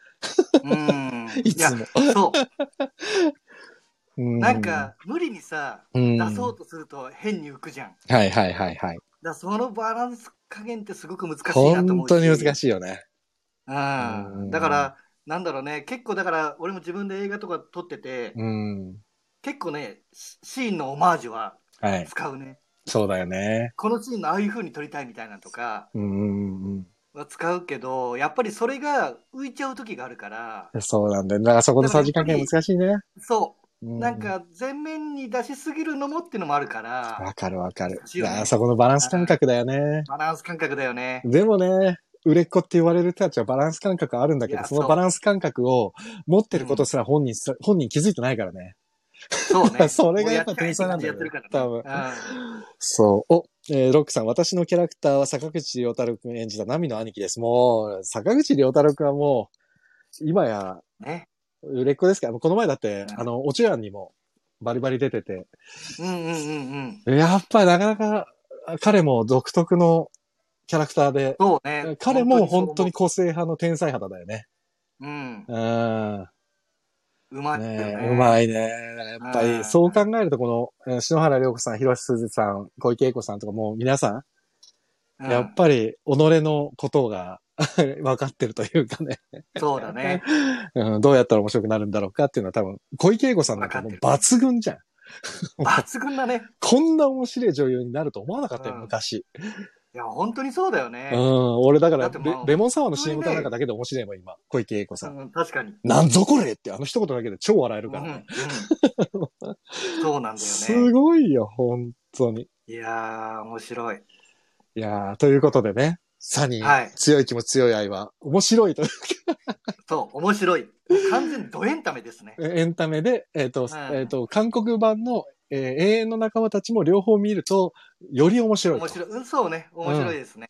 B: うん、
A: い
B: いや
A: つも。
B: そう。
A: う
B: なんか、無理にさ、
A: うん
B: 出そうとすると変に浮くじゃん。だか
A: はいはいはいはい。
B: らそのバランス加減ってすごく難しいなと思うし。
A: 本当に難
B: しい。
A: しいよね。
B: う
A: うん
B: ん。だから、なんだろうね、結構だから、俺も自分で映画とか撮ってて、
A: うん。
B: 結構ね、シシーンのオマージュは
A: はい。
B: 使うね。
A: そうだよね。
B: このシーンのああいう風に撮りたいみたいなのとか
A: うんうんうん。
B: は使うけど、やっぱりそれが浮いちゃう時があるから、
A: そうなんだよ。だからそこのさじ加減難しいね。
B: そう。
A: う
B: なん、か前面に出しすぎるのもっていうのもあるから、
A: わかるわかる
B: 難。しい
A: い
B: よね
A: や、そこのバランス感覚だよね。
B: バランス感覚だよね。
A: でもね、売れっ子って言われる人たちはバランス感覚あるんだけ
B: い
A: ど、
B: や
A: その
B: そう
A: バランス感覚を持ってることすら本人すら、本人気づいてないからね。。
B: そう ね
A: それがやっぱ天才なんだよ
B: も
A: ね
B: うやってないってやってるからね
A: そう。お、えーロックさん、私のキャラクターは坂口良太郎くん演じたナミの兄貴です。もう、坂口良太郎くんはもう、今や、
B: うんね。
A: 売れっ子ですから、もうこの前だって、
B: うん
A: あの、おちゅやんにもバリバリ出てて、
B: うんうんうんうん。
A: やっぱりなかなか彼も独特のキャラクターで、
B: そうね。
A: 彼も本当に
B: そ
A: 個性派の天才肌だよね。
B: う思う。
A: うん。
B: うん。うまいよ
A: ね
B: ね。
A: うまいね。だからやっぱ
B: う
A: り、
B: ん
A: そう考えると、この、えー篠原涼子さん、広瀬すずさん、小池栄子さんとかもう皆さん、
B: うん
A: やっぱり、己のことが 分かってるというかね、
B: そうだね。
A: うん、どうやったら面白くなるんだろうかっていうのは多分、小池栄子さんなんかもう
B: 分か
A: 抜群じゃん。
B: 抜群だね。
A: こんな面白い女優になると思わなかったよ、
B: うん
A: 昔。
B: いや、本当にそうだよ
A: うん
B: ね。、
A: 俺だから
B: だって
A: レ
B: まあ、
A: レモンサワーの CM かなんかだけで面白いもん、今。小池栄子さん。
B: うん確かに。
A: なんぞこれって、あの一言だけで超笑える
B: うん
A: か
B: う
A: らね。
B: んそうなんだよ
A: す
B: ね。
A: ごいよ、本当に。
B: いやー、面白い。
A: いやー、ということでね、サニー、
B: はい
A: 強い気持ち強い愛は、面白いと、
B: そう、面白い。完全にドエンタメですね。
A: エンタメで、えっ、と、
B: うん
A: えっ、と、韓国版の、えー永遠の仲間たちも両方見ると、より面白いと
B: 面白い。うん、そうね。面白いですね。
A: う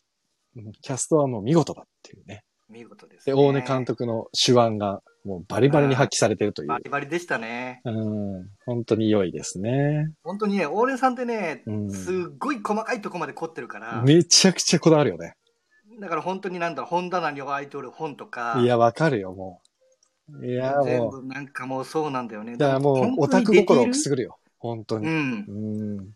A: んキャストはもう見事だっていうね。
B: 見事です
A: で、
B: ね。
A: 大根監督の手腕がもうバリバリに発揮されてるという
B: バ。リバリでしたね。
A: うん、本当に良いですね。
B: 本当にね、オーレンさんってね
A: う、ん、
B: すっごい細かいとこまで凝ってるから、
A: めちゃくちゃこだわるよね。
B: だから本当になんだろう、本棚に置いておる本とか、
A: いや、わかるよ、もう。いや、
B: 全
A: もう。
B: 部なんかもうそうなんだよね。
A: だからもう、オ
B: 本当
A: タ
B: に
A: ク心を
B: ディティール
A: くすぐるよ。本当
B: う
A: に。
B: ん
A: う。ん。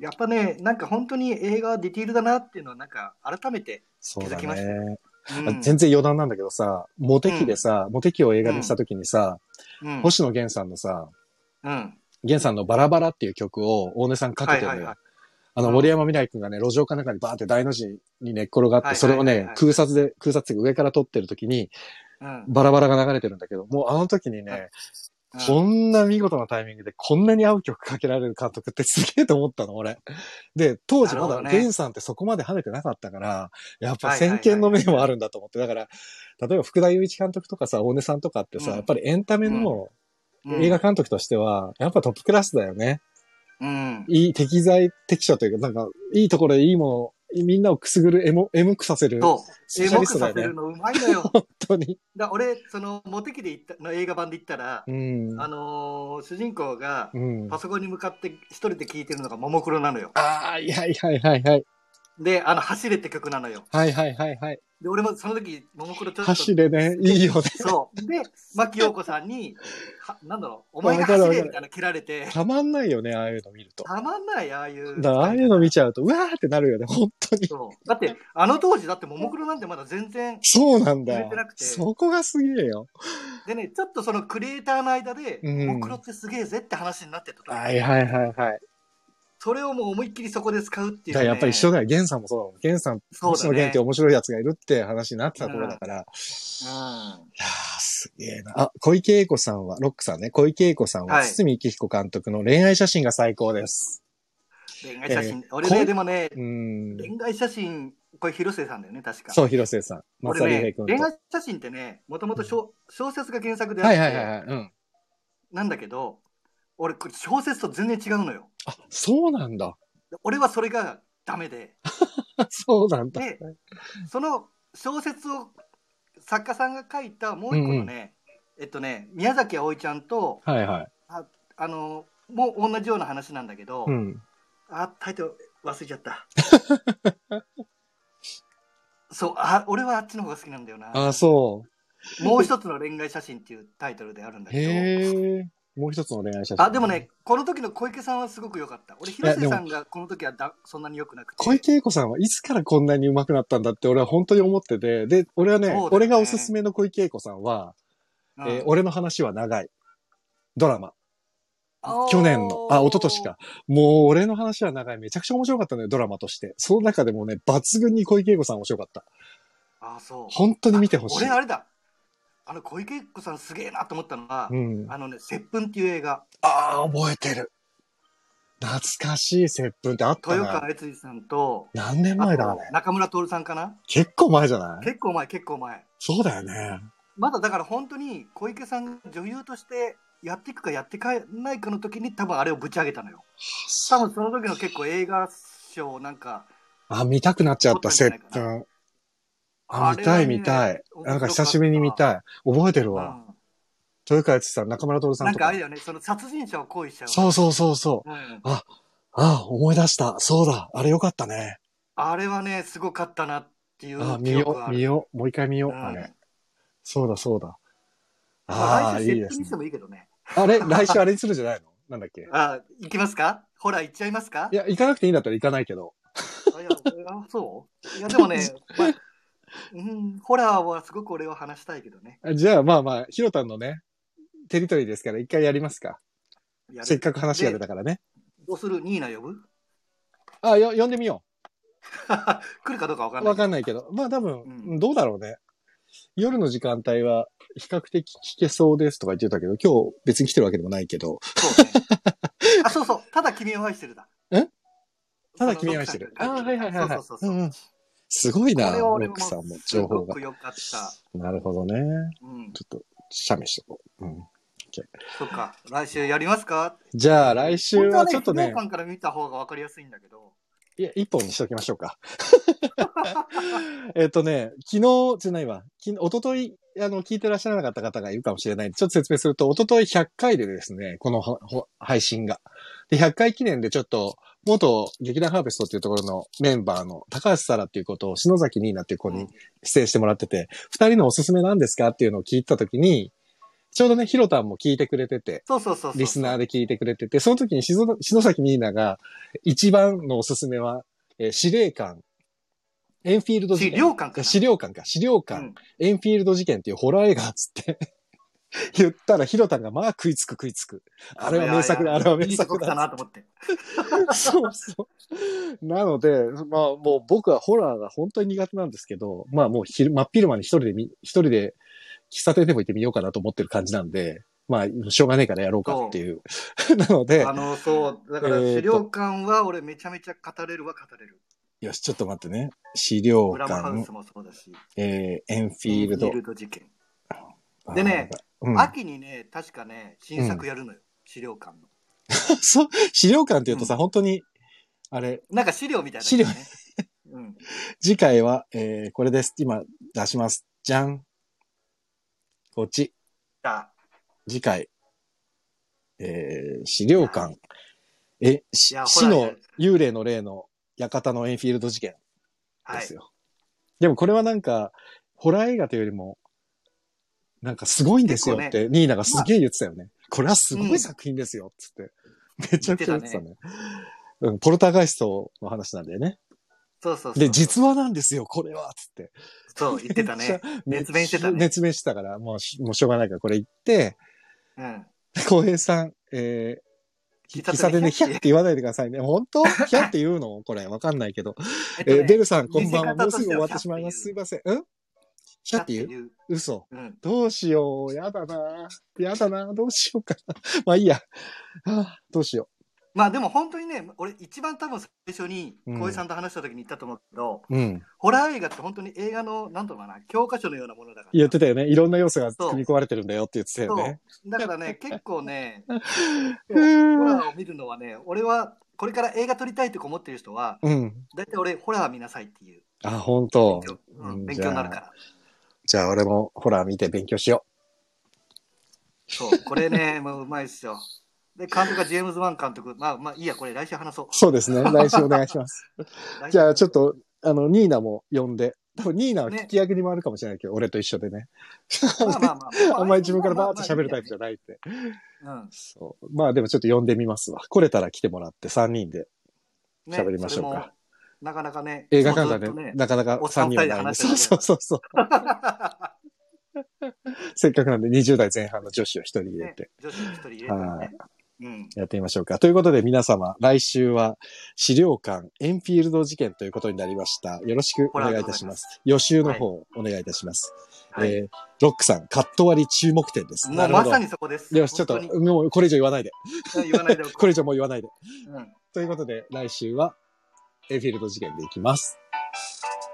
B: やっぱね、なんか本当に映画はディティールだなっていうのは、なんか改めて、
A: そうだ
B: 気づきました
A: ね。
B: うん
A: あ全然余談なんだけどさ、モテ期でさ、モテ期を映画にした時にさ、
B: うん、
A: 星野源さんのさ、
B: うん、
A: 源さんのバラバラっていう曲を大根さんかけてるのよ。
B: はいはいはい
A: あの、森山未来くんがね、路上かなんかにバーって大の字に寝っ転がっ
B: は
A: て、
B: い
A: それを
B: はいはい
A: ね
B: は、い
A: 空撮で、空撮っていうか上から撮ってる時に、
B: うん、
A: バラバラが流れてるんだけど、もうあの時にね、
B: うん
A: こんな見事なタイミングでこんなに合う曲かけられる監督ってすげえと思ったの、俺。で、当時ま
B: なる
A: だ
B: ほどね
A: 源さんってそこまで跳ねてなかったから、やっぱ
B: はいはいは
A: 先
B: い
A: 見の目もあるんだと思って、だから、例えば福田雄一監督とかさ、大根さんとかってさ、
B: うん
A: やっぱりエンタメの
B: うん
A: 映画、監督としては、やっぱトップクラスだよね。
B: うん、
A: いい適材適所というか、なんか、いいところでいいもの、みんなをくすぐる、エモ、エモくさせる、
B: そう、
A: スペ
B: エ
A: シャ
B: モ
A: リ
B: く
A: ストだ
B: さ
A: よ
B: せ
A: ね
B: る。のうまい のよ。
A: 本当に。
B: だ俺、その、モテキで言ったの映画版で言ったら、
A: うん。
B: あのー主人公が
A: うん。
B: パソコンに向かって一人で聴いてるのがももクロなのよ。
A: ああ、いはいはいはいはい。
B: で、あの、走れって曲なのよ。
A: はいはいはいはい。
B: で、俺もその時、ももクロちょっと。
A: 走れ ね、いいよね。
B: そう。で、牧陽子さんに、はなんだろ う、お前が走れみたいな蹴られて、
A: たまんないよね、ああいうの見ると。
B: たまんない、ああいう。
A: だから、ああいうの見ちゃうと、うわーってなるよね、本当に。
B: そう。だって、あの当時、だって、ももクロなんてまだ全然、
A: そうなんだ
B: 触れ
A: よ
B: てなく。て
A: そこがすげえよ。
B: でね、ちょっとそのクリエイターの間で、
A: うん
B: ももクロってすげえぜって話になってたと、
A: はいはいはいはい。
B: それをもう思いっきりそこで使うってい
A: だか
B: う、ね。
A: らやっぱり一緒だよ。ゲンさんもそうだもん。ゲンさん、
B: そう
A: 星
B: だ
A: 野
B: ね
A: 源って面白いやつがいるって話になってた頃だから。いやー、
B: うん。
A: すげえな。あ、小池栄子さんは、ロックさんね、小池栄子さんは、
B: はい
A: 堤幸彦監督の恋愛写真が最高です。
B: 恋愛写真。
A: え
B: 俺
A: こ
B: ね、
A: う
B: でもね、
A: うん。
B: 恋愛写真、これ広末さんだよね、確か。。
A: そうう、広末さん。松田
B: 俺
A: 龍
B: ね
A: 平、君と。
B: 恋愛写真ってね、もともと小小説が原作であっ
A: は
B: て、
A: いはいはいはい。うん。
B: なんだけど、俺、これ小説と全然違うのよ。
A: あ、そうなんだ。
B: で俺はそれがダメで、
A: そうなんだ。
B: でその小説を作家さんが書いたもう一個のね、えっとね宮崎あおいちゃんと
A: はいはい。
B: あのもう同じような話なんだけど、
A: うん。
B: あタイトル忘れちゃった そうあ俺はあっちの方が好きなんだよな
A: あ、そう。
B: もう一つの恋愛写真っていうタイトルであるんだけど
A: へえ。もう一つの恋愛写真。
B: あでもね、この時の小池さんはすごく良かった俺広末さんがこの時はだそんなに良くなくて
A: 小池栄子さんはいつからこんなに上手くなったんだって俺は本当に思ってて、で、俺はね、
B: そうだよね
A: 俺がおすすめの小池栄子さんは、
B: うん
A: えー俺の話は長い。ドラマ。
B: あー
A: 去年の、あ、一昨年か。もう俺の話は長い。めちゃくちゃ面白かったのよ、ドラマとして。その中でもね、抜群に小池栄子さん面白かった。
B: あそう
A: 本当に見てほしい
B: 俺。あれだあの小池栄子さんすげえなと思ったのは、
A: うん。
B: あのね「接吻」っていう映画
A: ああ、覚えてる。懐かしい接吻ってあった
B: 豊
A: な
B: 川。悦司さんと
A: 何年前だ、あ
B: あ
A: れ
B: と。中村徹さんかな
A: 結構前じゃない
B: 結構前結構前
A: そうだよね。
B: まだだから本当に小池さんが女優としてやっていくかやっていかないかの時に多分あれをぶち上げたのよ多分その時の結構映画賞なんか
A: あ、見たくなっちゃった、
B: 撮っ
A: 接
B: たんじゃない
A: 吻。
B: か
A: あ、
B: あ
A: 見たい
B: れはね
A: 見たい。なんか久しぶりに見たい。覚えてる
B: う
A: わ。
B: ん
A: 豊川悦司さん、中村徹さ
B: なんん
A: と
B: かあ
A: か
B: れ。だよねその殺人者を恋しちゃう
A: そうそうそうそう。
B: うん
A: あ、思い出した。そうだ。あれよかったね。
B: あれはねすごかったなっていう
A: あ、見
B: 記憶
A: よ
B: が
A: う、
B: あ
A: 見
B: る
A: よう。もう一回見よう。
B: うん
A: あれ。そうだそうだ。
B: ま
A: ああ、
B: 来
A: い
B: 週
A: い
B: 接吻
A: です
B: にして
A: ね。
B: もいいけどね
A: あれ来週あれにするんじゃないのなんだっけ
B: あ、行きますかほら、行っちゃいますか
A: いや、行かなくていいんだったら行かないけど。
B: あいやあそういや、でもね、 まあ、うん、ホラーはすごく俺は話したいけどね。
A: あじゃあまあまあ、ひろたんのね、テリトリーですから一回やりますか。
B: やる
A: せっかく話が出たからね。
B: どうするニーナ呼ぶ
A: あ、よ、呼んでみよう。
B: 来るかどうかわかんない。
A: わかんないけど。まあ多分、
B: うん
A: どうだろうね。夜の時間帯は比較的聞けそうですとか言ってたけど、今日別に来てるわけでもないけど、
B: そうね、あ、そうそう。ただ君を愛してるだ。
A: え
B: そ
A: た
B: の
A: だ君を愛してる。
B: ロックさんが書てた
A: ー
B: そうそうそうそう。
A: んんすごいな、
B: これは
A: ロ
B: 俺
A: ッ
B: も
A: クさんも
B: す
A: 情報
B: ご
A: が
B: く。良かった。
A: なるほどね。
B: うん。
A: ちょっと、写メしとこう。うん
B: そっか。来週やりますか
A: じゃあ来週
B: 本当は
A: は
B: ね、
A: ちょっと
B: 資
A: ね
B: 料、館から見た方がわかりやすいんだけど。
A: いや、一本にしておきましょうか。えっとね、昨日じゃないわ。昨日、一昨日あの、聞いてらっしゃらなかった方がいるかもしれないんで、ちょっと説明すると、一昨日100回でですね、このほほ配信が。で、100回記念でちょっと、元劇団ハーベストっていうところのメンバーの高橋沙羅っていうことを篠崎ニーナっていう子に出演してもらってて、二、人のおすすめなんですかっていうのを聞いたときに、ちょうどね、ヒロタンも聞いてくれてて、
B: そうそうそうそう。
A: リスナーで聞いてくれてて、その時にしぞ篠崎ニーナが一番のおすすめは、えー司令官、エンフィールド事件。
B: 資料館かな
A: 資料館か。資料
B: う
A: 館、
B: ん
A: エンフィールド事件っていうホラー映画っつって。 言ったら、ヒロタンが、まあ、食いつく食いつく。あれは名作だ、あれは名
B: いいとこ
A: 作
B: 来
A: だ
B: た。なと思って。
A: そうそう。なので、まあもう僕はホラーが本当に苦手なんですけど、まあもう昼、真っ昼間に一人でみ、一人で喫茶店でも行ってみようかなと思ってる感じなんで、まあ、しょうがねえからやろうかっていう。 なので
B: あ、の、そう、だから
A: えーと
B: 資料館は俺めちゃめちゃ語れるは語れる。
A: よし、ちょっと待ってね。資料
B: ブラムハウス
A: 館、
B: もそうだし、
A: えーエンフィールド
B: フィ。事件。でね
A: あー、うん
B: 秋にね、確かね、新作やるのよ、資料館の。
A: そう、資料館って言うとさ、
B: う
A: 本当に、あれ、
B: なんか資料みたいな、ね。
A: 資料
B: うん。
A: 次回は、えーこれです。今、出します。じゃん。こっち。
B: だ
A: 次回、えー、資料館、え、
B: い
A: し
B: や
A: 死
B: ほら
A: の幽霊の霊の館のエンフィールド事件
B: は
A: で
B: い
A: す。よ。でもこれはなんか、ホラー映画というよりも、なんかすごいんですよっ
B: 結
A: て、ニーナがすげえ言ってたよね。これはすごい作品ですよ、つって。めちゃくちゃ言ってたね。うん、ポルターガイストの話なんだよね。
B: そうそうそう。
A: で、実話なんですよ、これは、つって。
B: そう、言って たね。熱弁してたね
A: 熱弁してたから、もうし、もうしょうがないからこれ言って、
B: うん。
A: 浩平さん、えー、
B: 喫茶
A: 喫
B: 店
A: 茶店で
B: で
A: ヒャって言わないでくださいね。本 当ヒャって言うのこれ、わかんないけど。
B: え
A: え
B: っとね
A: ーデルさん、こんばんは。
B: 見せ方
A: もう
B: と
A: すぐ
B: して
A: 終
B: は
A: わってしまいます。すいません。うんヒ
B: キ
A: ャ
B: ャ
A: っ
B: って
A: 言
B: て
A: う
B: 言う。
A: 嘘。
B: うん。
A: どうしよう。やだな。やだな。どうしようかな。 まあいいや。はあどうしよ
B: まあでも本当にね、俺一番多分最初に
A: うん
B: 小井さんと話した時に言ったと思うけど、
A: う。うん。
B: ホラー映画って本当に映画の、なんとかな、教科書のようなものだから。
A: 言ってたよね。いろんな要素が組み込まれてるんだよって言ってたよね。
B: そう。だからね、結構ね、
A: う
B: ホラ
A: ーん
B: ーを見るのはね、俺はこれから映画撮りたいとか思ってる人は、
A: うん。
B: 大体俺、ホラー見なさいっていう
A: あ、本当
B: 勉強,、う
A: うん
B: ん、勉強になるから。
A: じゃあ俺もホラー見て勉強しよ
B: そう、これね、もううまいっすよ。で、監督がジェームズ・ワン監督。まあまあいいや、これ来週話そう
A: う。。そう ですね。来週お願いします。
B: 来週
A: じゃあちょっと、あの、ニーナも呼んで。多分ニーナは聞き役にもあるかもしれないけど、俺と一緒でね。
B: まあまあまあ。
A: あんまり自分からバーッと喋るタイプじゃ
B: ゃ
A: ないって。
B: うん。
A: そう。まあでもちょっと呼んでみますわ。来れたら来てもらって3人で
B: ね
A: 喋りましょうか。
B: それもなかなかね、
A: 映画館が
B: もうずっと
A: ね、なかなか3人はないん
B: お
A: で。
B: っさ
A: そうそ
B: ん二人で話してる
A: うそうそう。 せっかくなんで20代前半の女子を1人入れ
B: ね
A: て、
B: 女子一人入れてね。うん。
A: やってみましょうか。ということで皆様、来週は資料館エンフィールド事件ということになりました。よろしくお願いいたします。予習の方お願いいたします。
B: はい
A: えーロックさん、カット割り注目点です。
B: もうまさにそこです。
A: よし、ちょっと
B: 本、
A: もうこれ以上言わないで。
B: 当に言わないでおこう
A: これ以上もう言わないで。
B: うん
A: ということで、来週は、エンフィールド事件でいきます。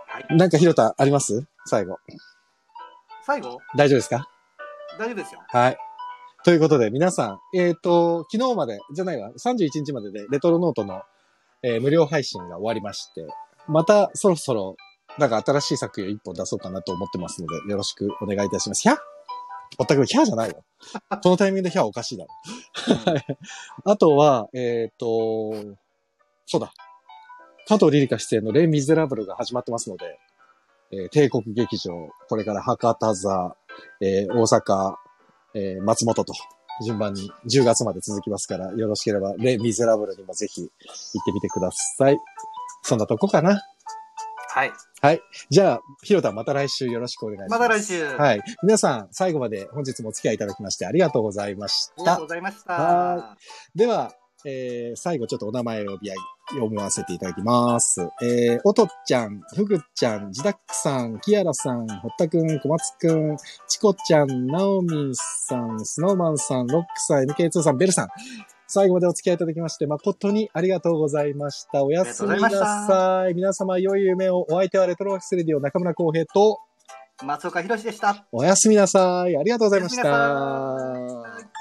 B: はい
A: なんか、ひろた、あります最後。
B: 最後、
A: 大丈夫ですか
B: 大丈夫ですよ。
A: はい。ということで、皆さん、えっ、と、昨日まで、じゃないわ、31日までで、レトロノートの、えー無料配信が終わりまして、また、そろそろ、なんか新しい作品を一本出そうかなと思ってますので、よろしくお願いいたします。ひゃ全くひゃじゃないよ。このタイミングでひゃはおかしいだろ。 あとは、えっ、と、そうだ。加藤リリカ出演のレ・ミゼラブルが始まってますので、えー帝国劇場、これから博多座、えー大阪、えー松本と、順番に10月まで続きますから、よろしければ、レ・ミゼラブルにもぜひ行ってみてください。そんなとこかな。
B: はい。
A: じゃあ、ひろたまた来週よろしくお願いします。
B: また来週。あ
A: はい。皆さん、最後まで本日もお付き合いいただきましてありがとうございまし
B: りが
A: た
B: とう。ございました。
A: はでは、えー最後ちょっとお名前を呼び上げ読ませていただきます。えー、おとっちゃん、ふぐちゃん、ジダックさん、キアラさん、ほったくん、小松くん、チコちゃん、ナオミさん、スノーマンさん、ロックさん、MK2 さん、ベルさん。最後までお付き合いいただきまして、誠にありがとうございました。おやすみな
B: ありがとうござい
A: さい。皆様、良い夢を。お相手はレトロワークスレディオ中村浩平と、
B: 松岡弘でした。
A: おやすみなさい。ありがとうございまし
B: おや
A: た
B: すみなさい。